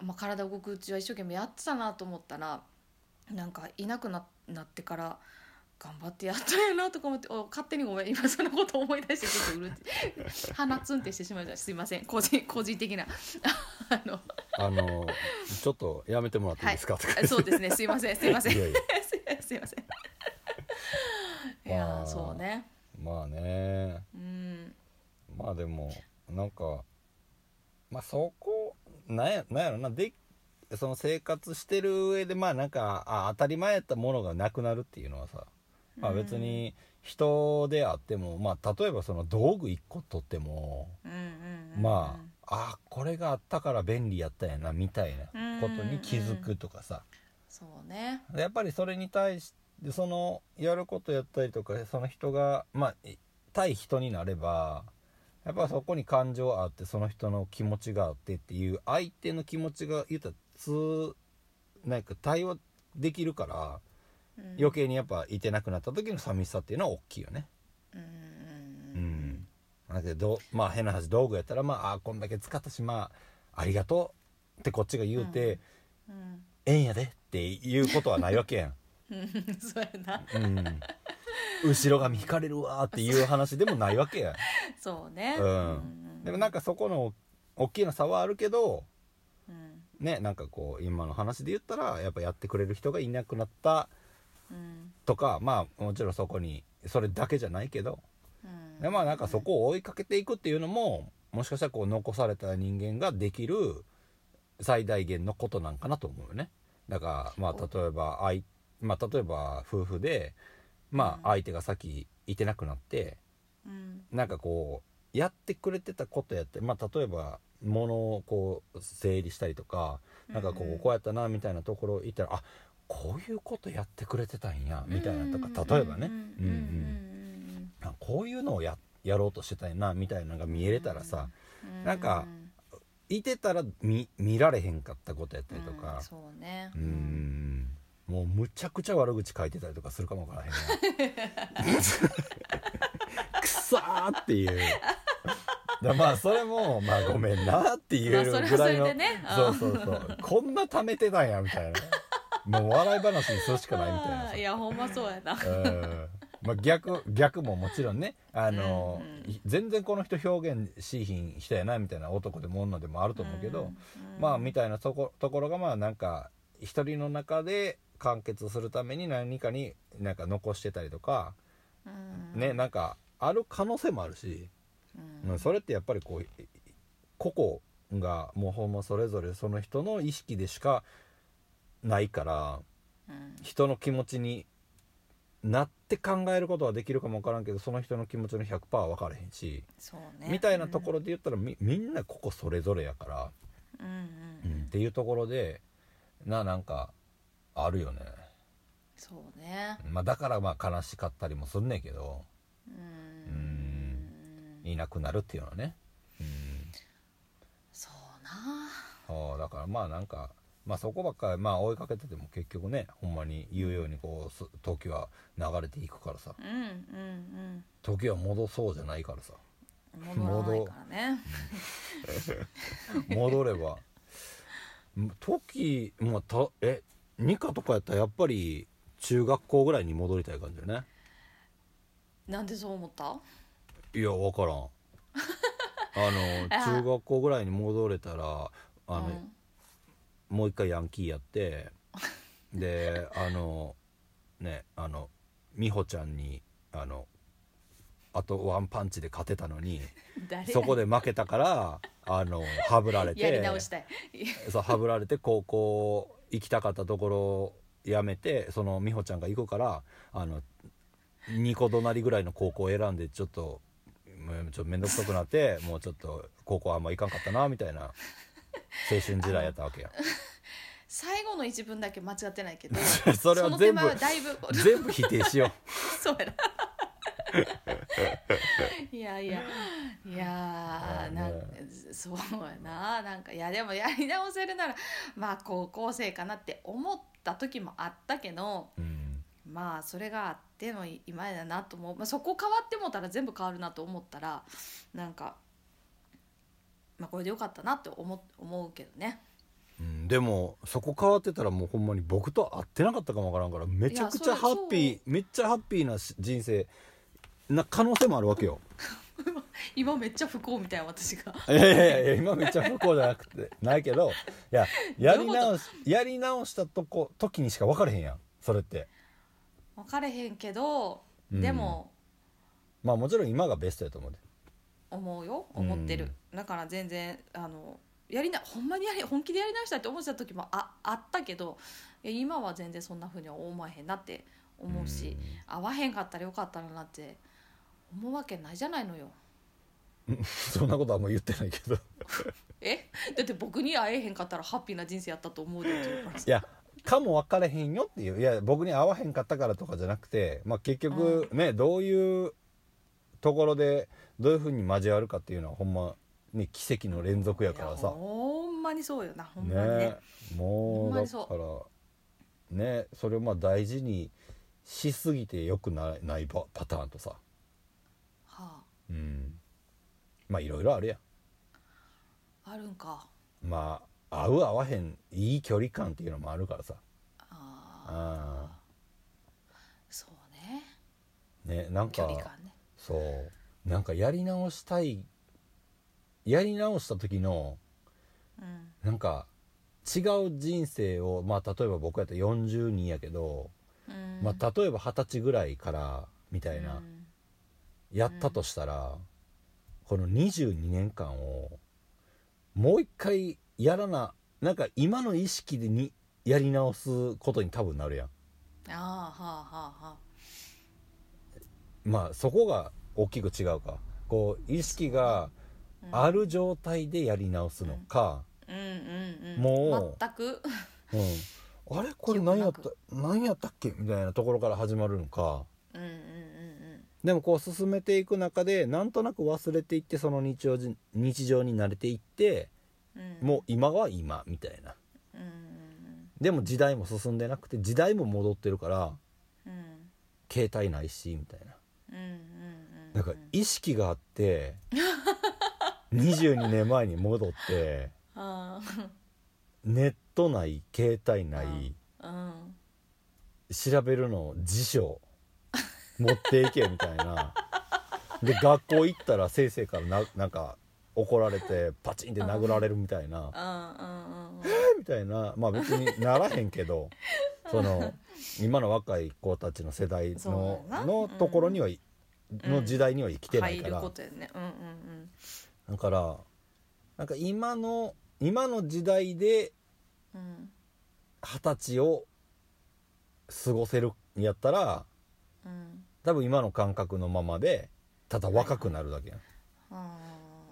まあ、体動くうちは一生懸命やってたなと思ったらなんかいなくななってから頑張ってやったんやなとか思ってお勝手にごめん今そのこと思い出してちょっと うるって鼻ツンってしてしまいましたすいません個人個人的な あのあのちょっとやめてもらっていいですか、とかそうですねすいませんすいませんいやいやす いませんいやまーあそうねまあねうんまあでもなんかまあそこなんやなんやろなでその生活してる上でまあなんかあ当たり前やったものがなくなるっていうのはさまあ、別に人であっても、まあ、例えばその道具1個取っても、うんうんうんうんまああこれがあったから便利やったんやなみたいなことに気づくとかさ、そうねやっぱりそれに対してそのやることやったりとかその人がまあい対人になればやっぱそこに感情あってその人の気持ちがあってっていう相手の気持ちが言うたらつなんか対話できるからうん余計にやっぱいてなくなった時の寂しさっていうのは大きいよねうんう、んだけどまあ変な話道具やったらまああーこんだけ使ったしまあありがとうってこっちが言うて、うんうんええんやでっていうことはないわけやん、うん、 そうやなうん、後ろ髪引かれるわーっていう話でもないわ けやんそうねうんうんでもなんかそこの大きな差はあるけどうんねなんかこう今の話で言ったらやっぱやってくれる人がいなくなったうんとかまあもちろんそこにそれだけじゃないけどうんでまあなんかそこを追いかけていくっていうのももしかしたらこう残された人間ができる最大限のことなんかなと思うよね。だからまあ例えば相まあ例えば夫婦でまうんあ相手が先いてなくなってうんなんかこうやってくれてたことやってまあ例えば物をこう整理したりとかなんかこうんううんこうやったなみたいなところ行ったらあこういうことやってくれてたんやみたいなとか例えばねうんうんううんんあこういうのをややろうとしてたんやなみたいなのが見えれたらさうんうんなんかいてたら見見られへんかったことやったりとうかんそうねうんもうむちゃくちゃ悪口書いてたりとかするかもわからへん なくさーっていうだまあそれもまあごめんなって言えるまあそれはぐらいそのれでねそうそうそうこんな貯めてたんやみたいなもう笑い話にするしかないみたいな あさーいやほんまそうやなうんまあ、逆逆ももちろんねあの、うんうんい全然この人表現しいひん人やなみたいな男でも女でもあると思うけど、うんまあみたいなとこところがまあなんか一人の中で完結するために何かになんか残してたりとか、うんねなんかある可能性もあるし、うんうんそれってやっぱりこうい個々がもうほんまそれぞれその人の意識でしかないから。うん人の気持ちになって考えることはできるかも分からんけどその人の気持ちの100%は分からへんし、そうねみたいなところで言ったらみみんなここそれぞれやから、うんうんうっんていうところでななんかあるよね、そうねまあ、だからまあ悲しかったりもすんねんけどうんんいなくなるっていうのはね、うんそうなそうだからまあなんか、まあ、そこばっかり、まあ、追いかけてても結局ねほんまに言うようにこうす時は流れていくからさうんうん時は戻そうじゃないからさ うん戻らないからね戻れば 時もうたえ二課とかやったらやっぱり中学校ぐらいに戻りたい感じよねなんでそう思ったいや分 からんあの中学校ぐらいに戻れたらあの、うんもう一回ヤンキーやってであのねあの美穂ちゃんにあのあとワンパンチで勝てたのに誰そこで負けたからあのはぶられてやり直したいそうはぶられて高校行きたかったところを辞めてその美穂ちゃんが行くからあの2個隣ぐらいの高校を選んでちょっともうちょっと面倒くさくなってもうちょっと高校あんま行かんかったなみたいな青春時代やったわけ や最後の一文だけ間違ってないけど それはの手全部前はだいぶ全部否定しよそうやな いやいやいやーまなあんねそうやななんかいやでもやり直せるならまあ高校生かなって思った時もあったけどう、うんまあそれがあっての今やなと思う、まあ、そこ変わってもうたら全部変わるなと思ったらなんか、まあ、これでよかったなって思思うけどねうんでもそこ変わってたらもうほんまに僕と会ってなかったかもわからんからめちゃくちゃいやそハれッピーめっちゃハッピーなし人生な可能性もあるわけよ。今めっちゃ不幸みたいな私がいやいやいや今めっちゃ不幸じゃなくてないけどいややり直しやり直したとこ時にしか分かれへんやんそれって分かれへんけどうんでもまあもちろん今がベストやと思うで思うよ思ってる、だから全然あのやりなほんまにやり本気でやり直したいって思ってた時もああったけどいや今は全然そんな風には思わへんなって思うし、会わへんかったらよかったなって思うわけないじゃないのよ。うんそんなことはもう言ってないけどいえ だって僕に会えへんかったらハッピーな人生やったと思うでって言うからさやかも分かれへんよっていういや僕に合わへんかったからとかじゃなくて、まあ、結局ね、どういうところでどういうふうに交わるかっていうのはほんまに奇跡の連続やからいやさほんまにそうよなほんまにねねもほんうまだにそうからねそれをまあ大事にしすぎてよくなないパパターンとさはうんまあいろいろあるやああるんかんまあ合う合わへんいい距離感っていうのもあるからさああそうねねなん距か離感ねそうなんかやり直したいやり直した時のうんなんか違う人生をまあ例えば僕やったら42やけど、うんまあ例えば二十歳ぐらいからみたいな、うんやったとしたら、この22年間をもう一回やらななんか今の意識でにやり直すことに多分なるやんああはあはあはあまあそこが大きく違うかこう意識がある状態でやり直すのか、うんうんうんもう全くうんあれこれ何やった何やったっけみたいなところから始まるのかうんうんうんでもこう進めていく中でなんとなく忘れていってその日常じ日常に慣れていってうんうんもう今は今みたいなうんうんでも時代も進んでなくて時代も戻ってるからうんうん携帯ないしみたいなうんうんなんか意識があって22年前に戻ってあネットない携帯ないあうん調べるの辞書持っていけみたいなで学校行ったら先生からななんか怒られてパチンって殴られるみたいなうんうんうんみたいなまあ別にならへんけ どその今の若い子たちの世代そのうだなのうんところにはい、うんの時代には生きてない入かるら、ことやねうんうんだからなんか今の今の時代でうんうん二十歳を過ごせるんやったらうん多分今の感覚のままでただ若くなるだけやん。あ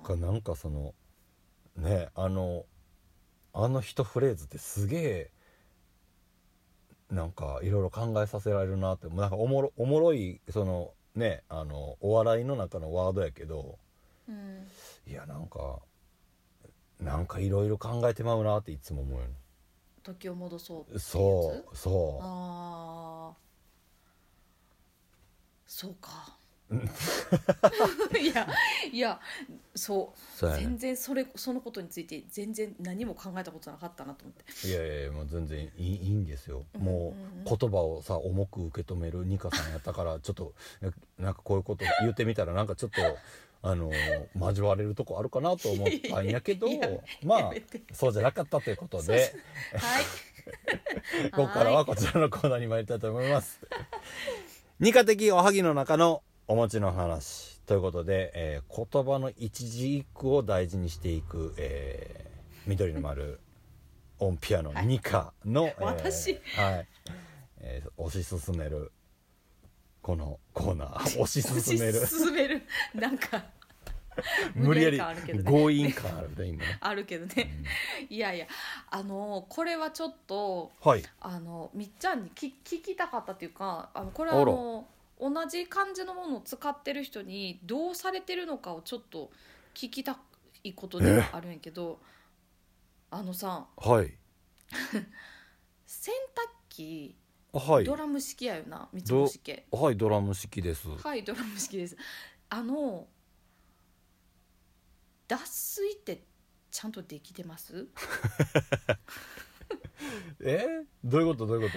かなんかそのねあのあの一フレーズってすげえなんかいろいろ考えさせられるなってもうなんかおもろおもろいそのねあのお笑いの中のワードやけどーうんいやなんかなんかいろいろ考えてまうなっていつも思うよね時を戻そうっていうやつそうそああそう かいやいやそううそうやね全然それそのことについて全然何も考えたことなかったなと思っていやいやいやもう全然いいいいんですよ、うんもうんう言葉をさ重く受け止めるニカさんやったからちょっとななんかこういうこと言ってみたらなんかちょっと あの交われるとこあるかなと思ったんやけど いやいやまやあめてそうじゃなかったということそうでそは いここからはこちらのコーナーに参りたいと思います。 ニカ的おはぎの中のお餅の話ということで、えー言葉の一字一句を大事にしていく、えー緑の丸オンピアノニカの、えー私はいえー推し進めるこのコーナ ー推し進める推し進めるなんか無理やり無理やり感あるけどね強引感あるね今ねあるけどね、いやいやあのこれはちょっとはいあのみっちゃんに聞聞きたかったというかあのこれあはらあの同じ漢字のものを使ってる人にどうされてるのかをちょっと聞きたいことではあるんやけどあのさはい洗濯機はいドラム式やよな三ど越家はいドラム式ですはいドラム式ですあの脱水ってちゃんとできてますえーどういうことどういうこ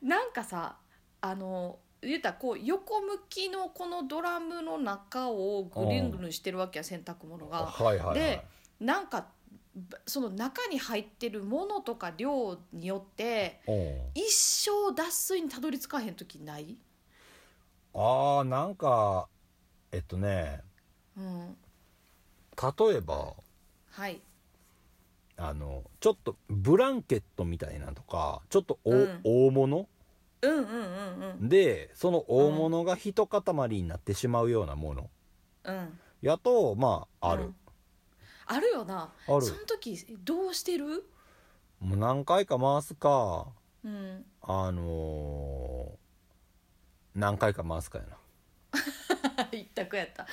となんかさあの言うたらこう横向きのこのドラムの中をぐるんぐるんしてるわけや洗濯物が。はいはいはいでなんかばその中に入ってるものとか量によってうん一生脱水にたどり着かへん時ない、あーなんかえっとねうん、例えばはいあのちょっとブランケットみたいなのとかちょっとお、うん大物うんうんうんうんでその大物が一塊になってしまうようなものうんやとまああうるん、あるよなあるその時どうしてる、もう何回か回すかうん、 あのー何回か回すかやな、一択やった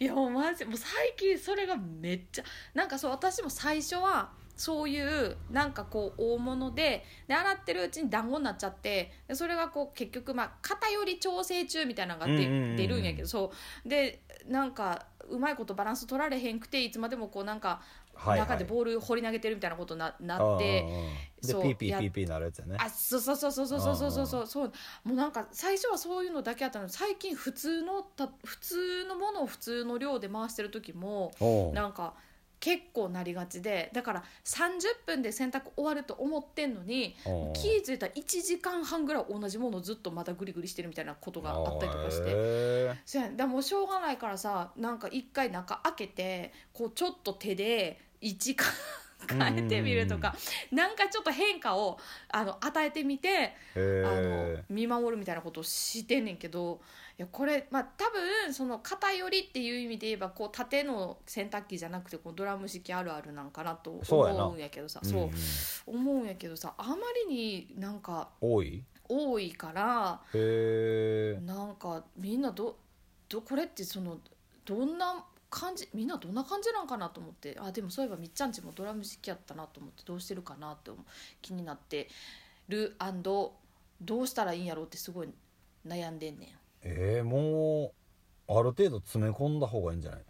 いやもうマジもう最近それがめっちゃなんかそう私も最初はそういうなんかこう大物でで洗ってるうちに団子になっちゃってでそれがこう結局まあ偏り調整中みたいなのが出,、うんうんうんうん出るんやけどそうでなんかうまいことバランス取られへんくていつまでもこうなんかはいはい中でボール放り投げてるみたいなことにななあっーて。でそうピーピーやピーピーなるやつやねあそうそうそうそうそうそうそうそうそうそうもうなんか最初はそういうのだけあったのに最近普通のた普通のものを普通の量で回してる時もおうなんか結構なりがちでだから30分で洗濯終わると思ってんのにおう気ぃ付いたら1時間半ぐらい同じものをずっとまたグリグリしてるみたいなことがあったりとかしへて。ーそうやねだからもうしょうがないからさなんか一回中開けてこうちょっと手で位置か変えてみるとか、なんかちょっと変化をあの与えてみてへあーの見守るみたいなことをしてんねんけどいやこれ、まあ、多分その偏りっていう意味で言えばこう縦の洗濯機じゃなくてこうドラム式あるあるなんかなとそうやな思うんやけどさそう,、うんうん思うんやけどさあまりになんか多い多いからへえなんかみんなどどこれってそのどんな感じみんなどんな感じなんかなと思ってあでもそういえばみっちゃんちもドラム式やったなと思ってどうしてるかなって思う気になってるどうしたらいいんやろうってすごい悩んでんねんえー、もうある程度詰め込んだ方がいいんじゃない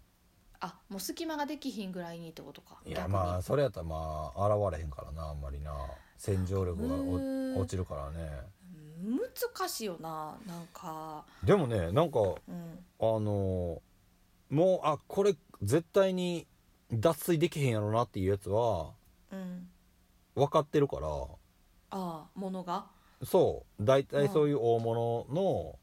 あもう隙間ができひんぐらいにってことかい逆やにまあそれやったらまあ現れへんからなあんまりな洗浄力がうおーん落ちるからね難しいよななんかでもねなんかうんあのーもうあこれ絶対に脱水できへんやろなっていうやつはうん分かってるからああものがそう大体そういう大物の、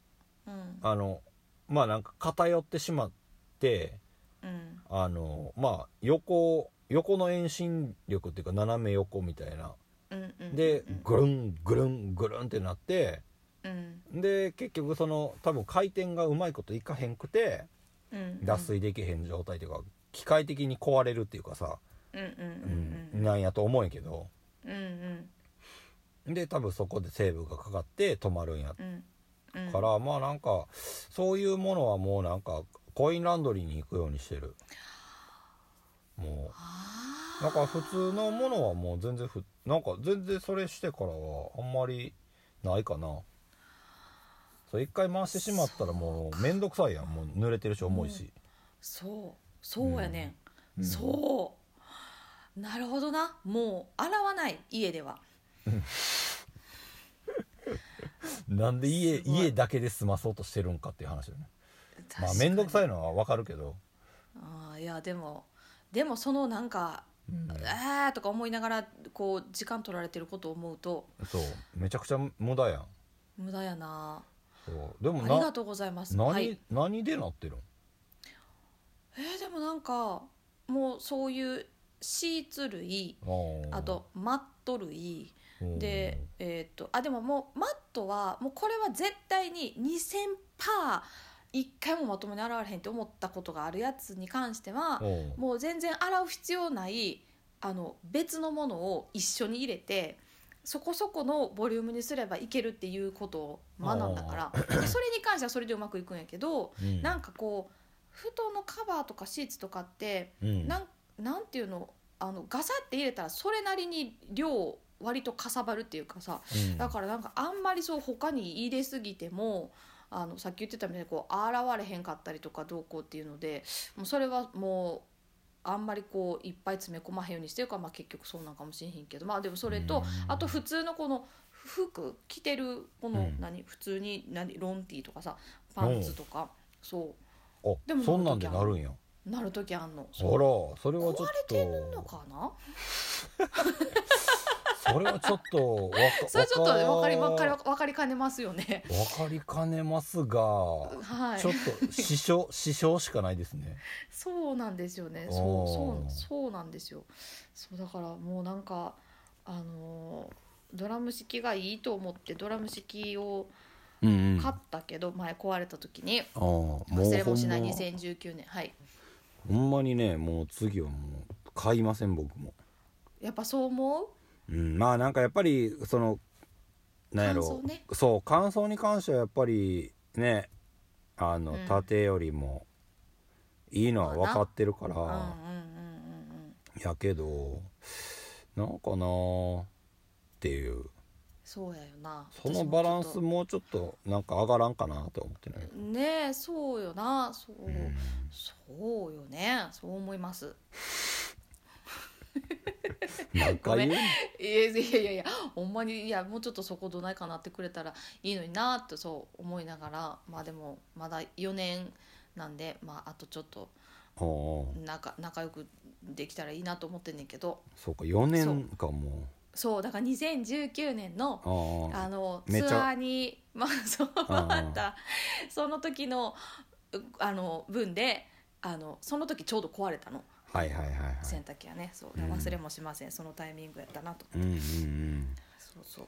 うんあのまあなんか偏ってしまってうんあのまあ横横の遠心力っていうか斜め横みたいなうんうんでうんぐるんぐるんぐるんってなってうんで結局その多分回転がうまいこといかへんくてうん脱水できへん状態というか機械的に壊れるっていうかさ、うんうんうんなんやと思うんやけどうんうんうんで多分そこでセーブがかかって止まるんやうんうんから、まあなんかそういうものはもうなんかコインランドリーに行くようにしてるもあうなんか普通のものはもう全然ふなんか全然それしてからはあんまりないかなそう一回回してしまったらもう面倒くさいやんもう濡れてるし重いし、そうそうやねん、うんそうなるほどなもう洗わない家ではなんで家すごい家だけで済まそうとしてるんかっていう話だよねまあ確かに面倒くさいのはわかるけど、あーいやでもでもそのなんかうん「あー」とか思いながらこう時間取られてることを思うとそうめちゃくちゃ無駄やん無駄やなそうであもりながとうございます何、はい、何でなってるんえーでもなんかもうそういうシーツ類あーあとマット類うんでえーっとあでももうマットはもうこれは絶対に2000パー1回もまともに洗われへんって思ったことがあるやつに関してはうんもう全然洗う必要ないあの別のものを一緒に入れてそこそこのボリュームにすればいけるっていうことを学んだからでそれに関してはそれでうまくいくんやけどうんなんかこう布団のカバーとかシーツとかってうんなんなんていうのあのガサって入れたらそれなりに量割とかさばるっていうかさうんだからなんかあんまりそう他に入れすぎてもあのさっき言ってたみたいにこう現れへんかったりとかどうこうっていうのでもうそれはもうあんまりこういっぱい詰め込まへんようにしてるから、まあ、結局そうなんかもしれへんけどまあでもそれうんとあと普通のこの服着てるこうのん何普通に何ロンティーとかさパンツとかそあでもそんなんでなるんやうなる時あんのあらそうそれは壊ちょっれてんとのかなそれはちょっとわ それちょっと分かり分かりわ分かりかねますよねかりかねますが、はいちょっと師 匠師匠しかないですねそうなんですよね。そおう、ーそう、そうなんですよ。そう、だから、もうなんか、あのードラム式がいいと思って、ドラム式をうん買ったけど、前壊れた時に。ああもう忘れもしないほんま2019年、はい。ほんまにねもう次はもう買いません僕も、やっぱそう思う。うん、まあなんかやっぱりそのなんやろ乾燥ねそう乾燥に関してはやっぱりねあの、うん縦よりもいいのは分かってるから、うん、うん、うん、うん、うん。やけどなんかなーっていうそうやよなそのバランス私ももうちょっとなんか上がらんかなと思ってないちょっとねえそうよなそう、うんそうよねそう思います何回言うのいやいやいやいやほんまにいやもうちょっとそこどないかなってくれたらいいのになってそう思いながらまあでもまだ4年なんでまああとちょっとおうおう仲仲良くできたらいいなと思ってんねんけどそうか4年かもそうだから2019年のうあああのめっツちゃアーに、まあ、そうあーあったその時のうあの分であのその時ちょうど壊れたのはいはいはいはい洗濯機はねそううん忘れもしません、そのタイミングやったなとうんうんうんそうそう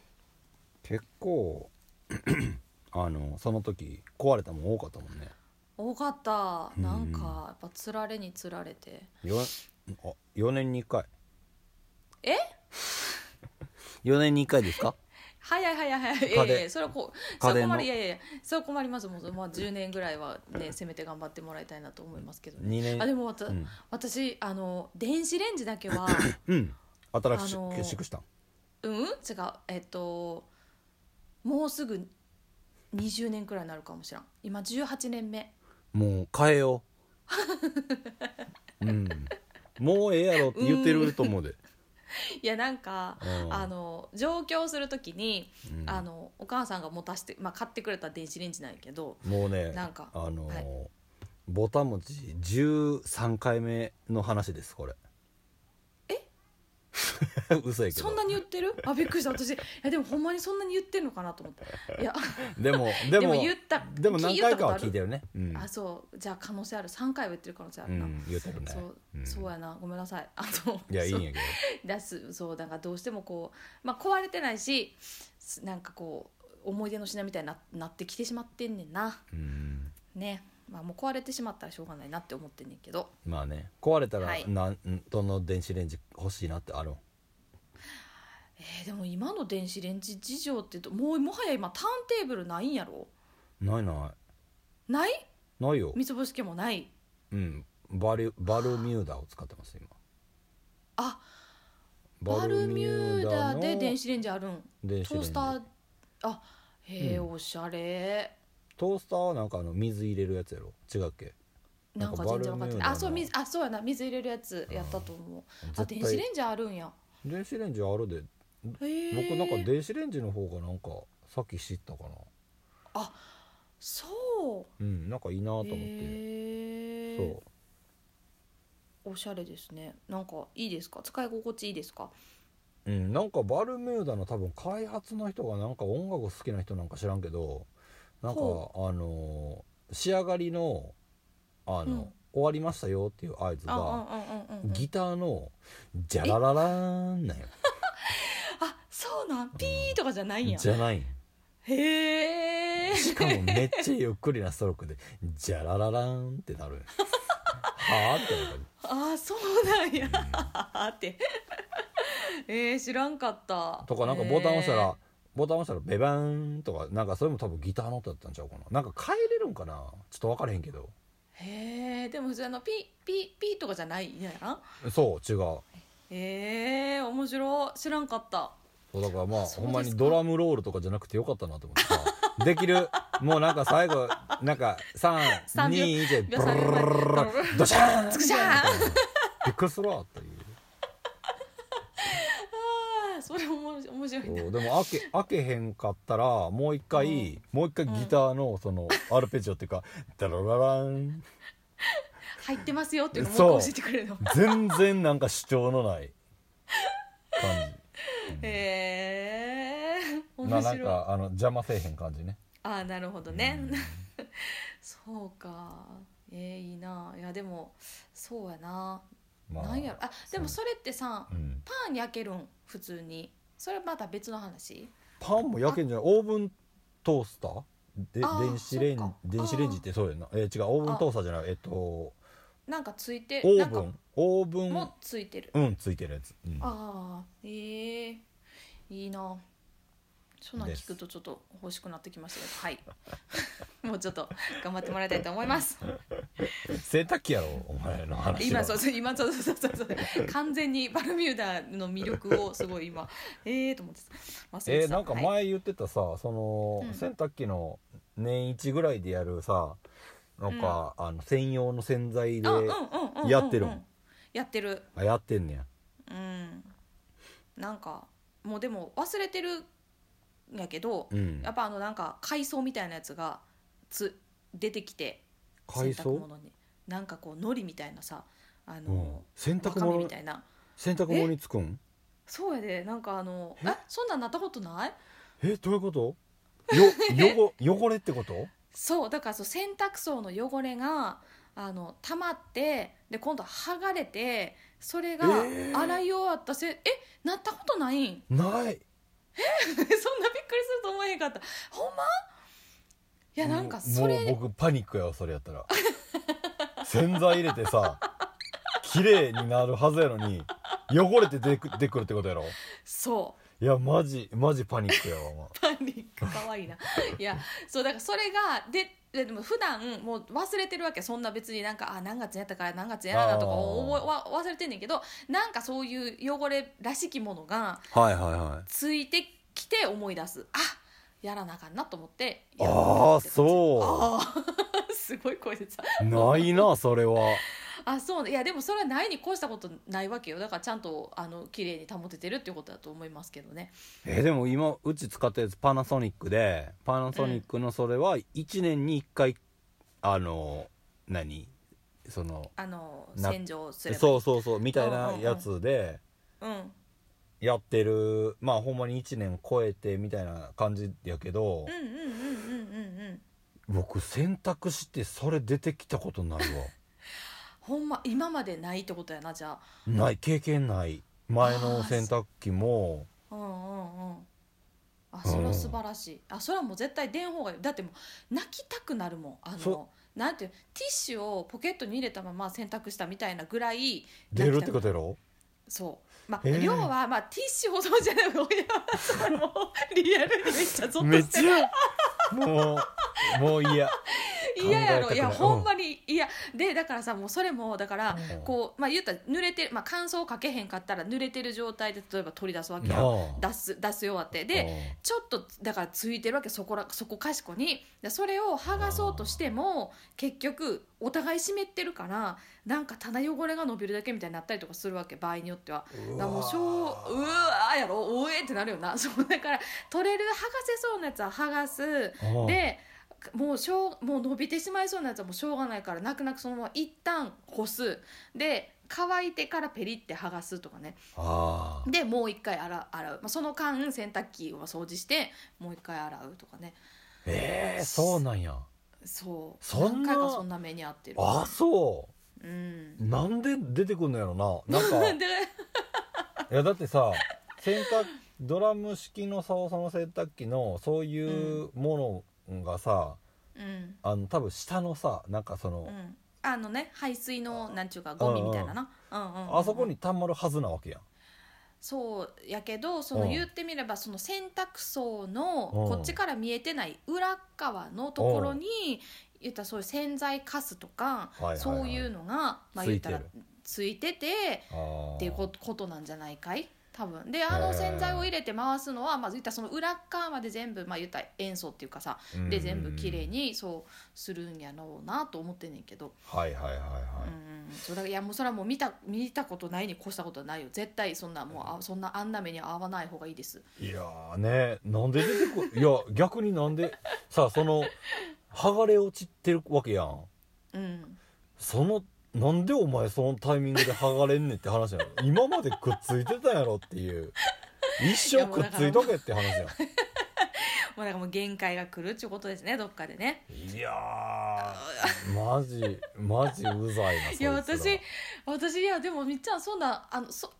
結構 あのその時壊れたもん多かったもんね多かったうんなんかやっぱつられにつられてよあ4年に1回 え4年に1回ですか早い早い早いい家や電いやいやそれはこうそ家れは電の困るいやいやいやそれは困りますもう、まあ、10年ぐらいはねせめて頑張ってもらいたいなと思いますけど、ね、 2年あでもわた、うん、私あの電子レンジだけ はうん、新しあのーくしくしたんうん違うえっともうすぐ20年くらいになるかもしらん今18年目もう変えよ う、うん、もうええやろって言ってると思うで、いやなんかうん あの上京するときに、うんあのお母さんが持たして、まあ、買ってくれた電子レンジなんやけどもうねなんかあのーはいボタン持ち13回目の話ですこれえ 嘘やけどそんなに言っ てるあびっくりした私いやでもほんまにそんなに言ってんのかなと思っていやでもででもも言ったでも何回かは聞いてる、るねうんあそうじゃあ可能性ある3回は言ってる可能性あうるな、ん言ってるねそう,、うんそうやなごめんなさいあのいやいいそうんやけ 出すそうなんかどうしてもこう、まあ、壊れてないしすなんかこう思い出の品みたいにななってきてしまってんねんなどうんねまあもう壊れてしまったらしょうがないなって思ってんねんけどまあね壊れたらはいなんどの電子レンジ欲しいなってあるんえーでも今の電子レンジ事情ってどもうもはや今ターンテーブルないんやろないなないいないよ三つ星家もないうんバリュバルミューダを使ってます今あバルミューダで電子子レンジあるん電子トレンージスターあへえ、うんおしゃれトースターはなんかあの水入れるやつやろ違うっけなんか全然分かなんかバってないルミューダのあそう水あそうやな水入れるやつやったと思うあ絶対電子レンジあるんや電子レンジあるでへえ僕なんか電子レンジの方がなんかさっき知ったかなそううんなんかいいなと思ってへえそうおしゃれですねなんかいいですか使い心地いいですかうん、なんかバルミューダの多分開発の人がなんか音楽好きな人なんか知らんけどなんかあほのー仕上がりのあの、うん終わりましたよっていう合図あがうんうんうんうんうんギターの「ジャラララーン」なんよあそうなんピーとかじゃないんやじゃないんへえしかもめっちゃゆっくりなストロークで「ジャラララーン」ってなるんよはあってなる あそうなんやってえー、知らんかったとかなんかボタン押したへらボタン押したらベバーンとかなんかそれも多分ギターの音だったんちゃうかななんか変えれるんかなちょっと分からへんけどえへえでもそのピーピーピーとかじゃないんやなそう違うえー、面白い知らんかったそうだからまあそほうですかんまにドラムロールとかじゃなくてよかったなと思ってさできるもうなんか最後なんか三秒321でブルルルルル秒ドシャーンつくしゃーんみたいなびっくりするわっていうあーそれおもし面白いなそうでも開 け開けへんかったらもう一回、もう一回ギターのそ のアルペジオっていうか「ダラララン入ってますよっていうのそうもう一回教えてくれるの」全然なんか主張のない感へえじな面なん白いかあの邪魔せえへん感じねあーなるほどね、うんそうかえー、いいないやでもそうやな、まあなんやろあでもそれってさうんパン焼けるん普通にそれはまた別の話パンも焼けんじゃないオーブントースターであー電子レンそっか電子レンジってそうやんなえー違うオーブントースターじゃないえっとオなんかついてなーんブかンオーブンもついてる、うんついてるやつ、うんああえー、いいなそんなん聞くとちょっと欲しくなってき ましたけどはい もうちょっと頑張ってもらいたいと思います洗濯機やろお前の話は今そうそう今そうそうそうそう完全にバルミューダの魅力をすごい今 ええー、と思ってた忘れえてーたなんかはい前言ってたさ、その、うん洗濯機の年一ぐらいでやるさなんか、あの専用の洗剤であうんうんうんうんうんやってるもんやってるあやってんねやうんなんかもうでも忘れてるんやけど、うんやっぱあのなんか海藻みたいなやつがつ出てきて海洗濯藻物になんかこう海苔みたいなさあうんの、洗わ濯かめみ物たいな洗濯物につくんそうやでなんかあのえそんなんなったことないえどういうことよ汚 汚れってことそうだからそう洗濯槽の汚れがあの溜まってで今度は剥がれてそれがえー洗い終わったせ、えなったことないん ないそんなびっくりすると思えへんかったほんまいやなんかそもうれ僕パニックやわそれやった ら洗剤入れてさ綺麗になるはずやのに汚れて出てく出てくるってことやろそういやマジマジパニックやわ、お前パニックかわいいないやそうだからそれがでででも普段もう忘れてるわけそんな別になんかあ何月やったから何月やらなとかあー覚えわ忘れてんねんけどなんかそういう汚れらしきものがはいはいはいついてきて思い出すあやらなあかんなと思ってあーそうう すごい声でさないなそれはあそうねいやでもそれはないに越したことないわけよだからちゃんとあの綺麗に保ててるっていうことだと思いますけどねえでも今うち使ったやつパナソニックでパナソニックのそれは1年に1回あの何そのあのな洗浄すればそうそうそうみたいなやつでうんやってるまあほんまに1年超えてみたいな感じやけどうんうんうんうんうんうん僕選択してそれ出てきたことないわほんま今までないってことやなじゃない経験ない前の洗濯機もあうんうんうんあそれは素晴らしいあそれはもう絶対出ん方がいいだってもう泣きたくなるもんあのそなんていうティッシュをポケットに入れたまま洗濯したみたいなぐらい出るってことやろそうまあ、えー量はまあティッシュほどじゃないほどもうリアルにめっちゃゾッめとっしてちゃもうもう嫌嫌やろいや考えたくないほんまにいやでだからさもうそれもだからうんこうまあ言ったら濡れてる、まあ、乾燥かけへんかったら濡れてる状態で例えば取り出すわけなよあ出す出すようやってで、ちょっとだからついてるわけそこらそこかしこにでそれを剥がそうとしても結局お互い湿ってるからなんかただ汚れが伸びるだけみたいになったりとかするわけ場合によってはうんだからもうしょううわーやろおえってなるよな そうだから取れる剥がせそうなやつは剥がすうんでもうしょうもう伸びてしまいそうなやつはもうしょうがないから泣く泣くそのまま一旦干すで乾いてからペリって剥がすとかねああでもう一回洗う洗う、まあ、その間洗濯機は掃除してもう一回洗うとかねええそうなんやそうそんな何回かそんな目に遭ってるあそうんうなんで出てくんのやろななんか でいやだってさ洗濯ドラム式のさその洗濯機のそういうものがさ、うんあの多分下のさなんかそのう、んあのね排水のなんちゅうかゴミみたいななうんうんうんあそこにたまるはずなわけやんそうやけどそうのん言ってみればその洗濯槽のうんこっちから見えてない裏側のところに言ったらそういう洗剤かすとかはいはいはいそういうのがまあつ言っいたてるらついててあーっていうこことなんじゃないかい多分であへのー洗剤を入れて回すのは、まあ、言ったらその裏側まで全部、まあ、言ったら塩素っていうかさうんで全部きれいにそうするんやろうなと思ってんねんけど、はいはいはいはい、うんそうだからいやもうそれはもう見た見たことないに越したことはないよ絶対そんなもうあそんなあんな目に遭わない方がいいですいやーねなんで出てくいや逆になんでさその剥がれ落ちてるわけやんうんそのなんでお前そのタイミングで剥がれんねんって話や ろ今までくっついてたやろっていう一生くっついとけって話やんまあだからもう限界が来るっていうことですねどっかでねいやーマジマジうざいなそいやつら私私いやでもみっちゃんそんなあのそ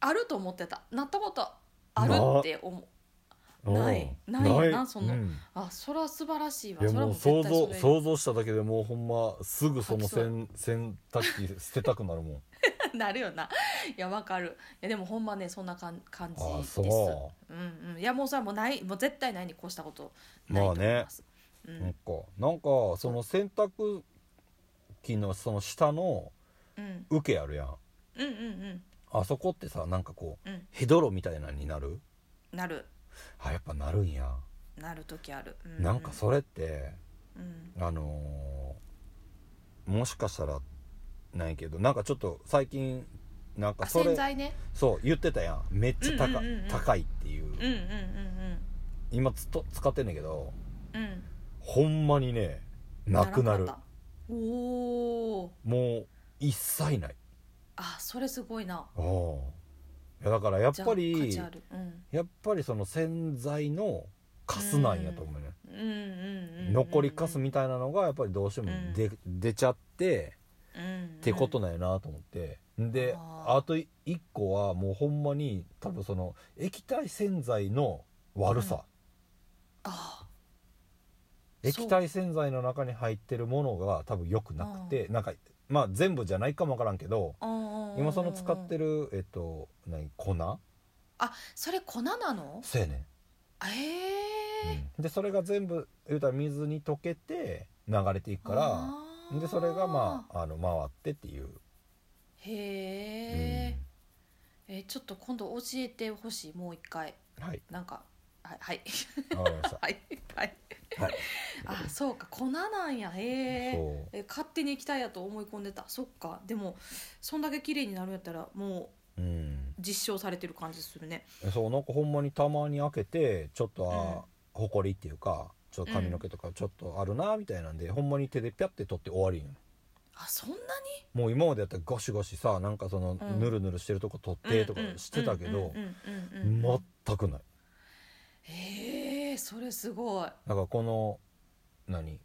あると思ってたなったことあるって思ううんないないやなそのうんあそれは素晴らしいわいやそれはもう絶想対そ像れ想像しただけでもうほんますぐその吐きそう洗洗濯機捨てたくなるもん なるよないやわかるいやでもほんまねそんなかん感じあですそうんうん、いやもうそれはもうないもう絶対ないに越したことないまとあ思いねます、まあなんかなんかその洗濯機のその下のうん、うん受けあるやんうんうんあそこってさなんかこううんヘドロみたいなのになるうんなるあやっぱなるんや、なる時ある、うなんかそれってうんあのーもしかしたらないけどなんかちょっと最近なんかあそ洗れ剤ねそう言ってたやんめっちゃ高,、うんうんうんうん高いっていう、うんうん今つと使ってんねんけどうんうんうんほんまにねなくなるかったおおもう一切ないあそれすごいなああいやだからやっじゃあぱ価り値ある、うん、やっぱりその洗剤のカスなんやと思うね、うんうんうんうん残りカスみたいなのがやっぱりどうしても出,、出ちゃってっってことなんやなと思って、であーあと1個はもうほんまに多分その液体洗剤の悪さ、あ液体洗剤の中に入ってるものが多分良くなくてなんかまあ全部じゃないかもわからんけどあ今その使ってるるえっと何粉あそれ粉なのそうやねんええでそれが全部言うたら水に溶けて流れていくかららでそれがまああの回ってっていう、へーえちょっと今度教えてほしいもう一回うん、はいなんかはいはいわかりましたはいはいはい あそうか粉なんやへーそえ勝手に液体やと思い込んでたそっかでもそんだけ綺麗になるんやったらもううんう実証されてる感じするねそうなんかほんまにたまに開けてちょっとうんあほこりっていうかちょっと髪の毛とかちょっとあるなみたいなんで、ほんまに手でピャって取って終わりんよあそんなにもう今までやったらゴシゴシさなんかそのうんぬるぬるしてるとこ取ってとかしてたけどうんうんうんうんうんうん全くないへえそれすごいだからこの何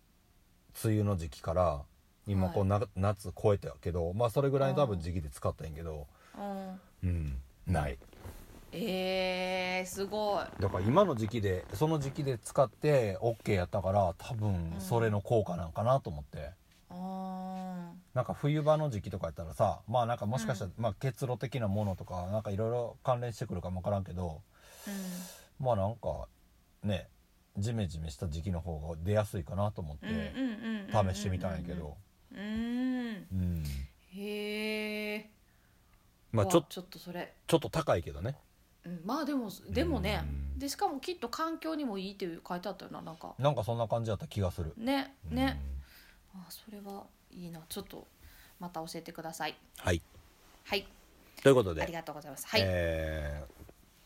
梅雨の時期から今はいこうな、夏超えたけどまあそれぐらいの多分時期で使ったんやけどうんうんないえー、すごいだから今の時期でその時期で使って OK やったから多分うんそれの効果なんかなと思って、あなんか冬場の時期とかやったらさまあなんかもしかしたら、まあ結露的なものとかなんかいろいろ関連してくるかもわからんけどー、うんまあなんかねジメジメした時期の方が出やすいかなと思って試してみたんやけど、うんうんうん、へえまあわちょっとちょっとそれ、ちょっと高いけどねうん、まあでもでもねうんでしかもきっと環境にもいいっていう書いてあったよななんかなんかそんな感じだった気がするねね、あそれはいいなちょっとまた教えてくださいうんはいはいということでありがとうございますはい、えー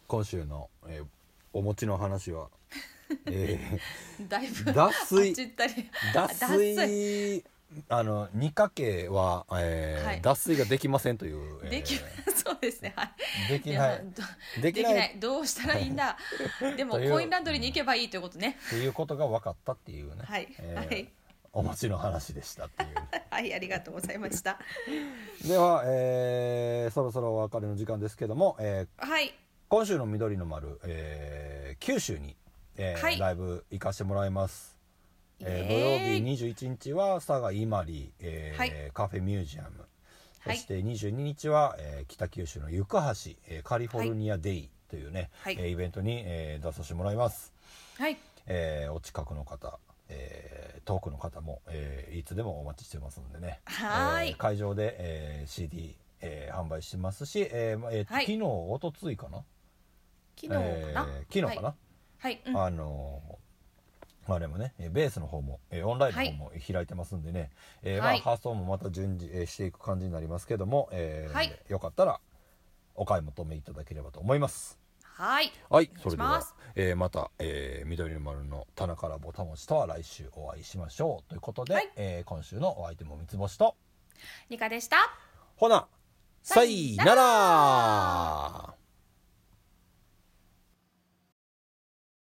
今週の、えーお餅の話 は、えだいぶー脱水あっち行ったり脱水脱あの二かけは、えーはい脱水ができませんという、えーでき そうですねはいできいなやいどででききないないどうしたらいいんだでも というコインランドリーに行けばいいということねっていうことが分かったっていうね、はい、 えーお餅の話でしたっていう はいはいありがとうございましたでは、えーそろそろお別れの時間ですけども、えーはい今週の緑の丸、えー九州に、えーはいライブ行かしてもらいます、えーイエーイ土曜日21日は佐賀伊万里、えーはいカフェミュージアムそはいして22日は、えー北九州の行橋、えーカリフォルニアデイというね、はいえーイベントに、えー出させてもらいます、はいえーお近くの方、えー遠くの方も、えーいつでもお待ちしてますんでねはーいえー会場で、えー CD、えー販売してますし、えーまあえーはい昨日一昨日かな昨日かな、えー昨日かな、はい、はいうんあのーあれもねえーベースの方も、えーオンラインの方も開いてますんでね、えーまはあ、い発送もまた順次、えーしていく感じになりますけども、えーはいよかったらお買い求めいただければと思いますはいはいお願いしそれでまはす、えーまた、えー緑の丸の田中らぼたもちとは来週お会いしましょうということで、はいえー今週のお相手も三つ星とニカでしたほなささいいなら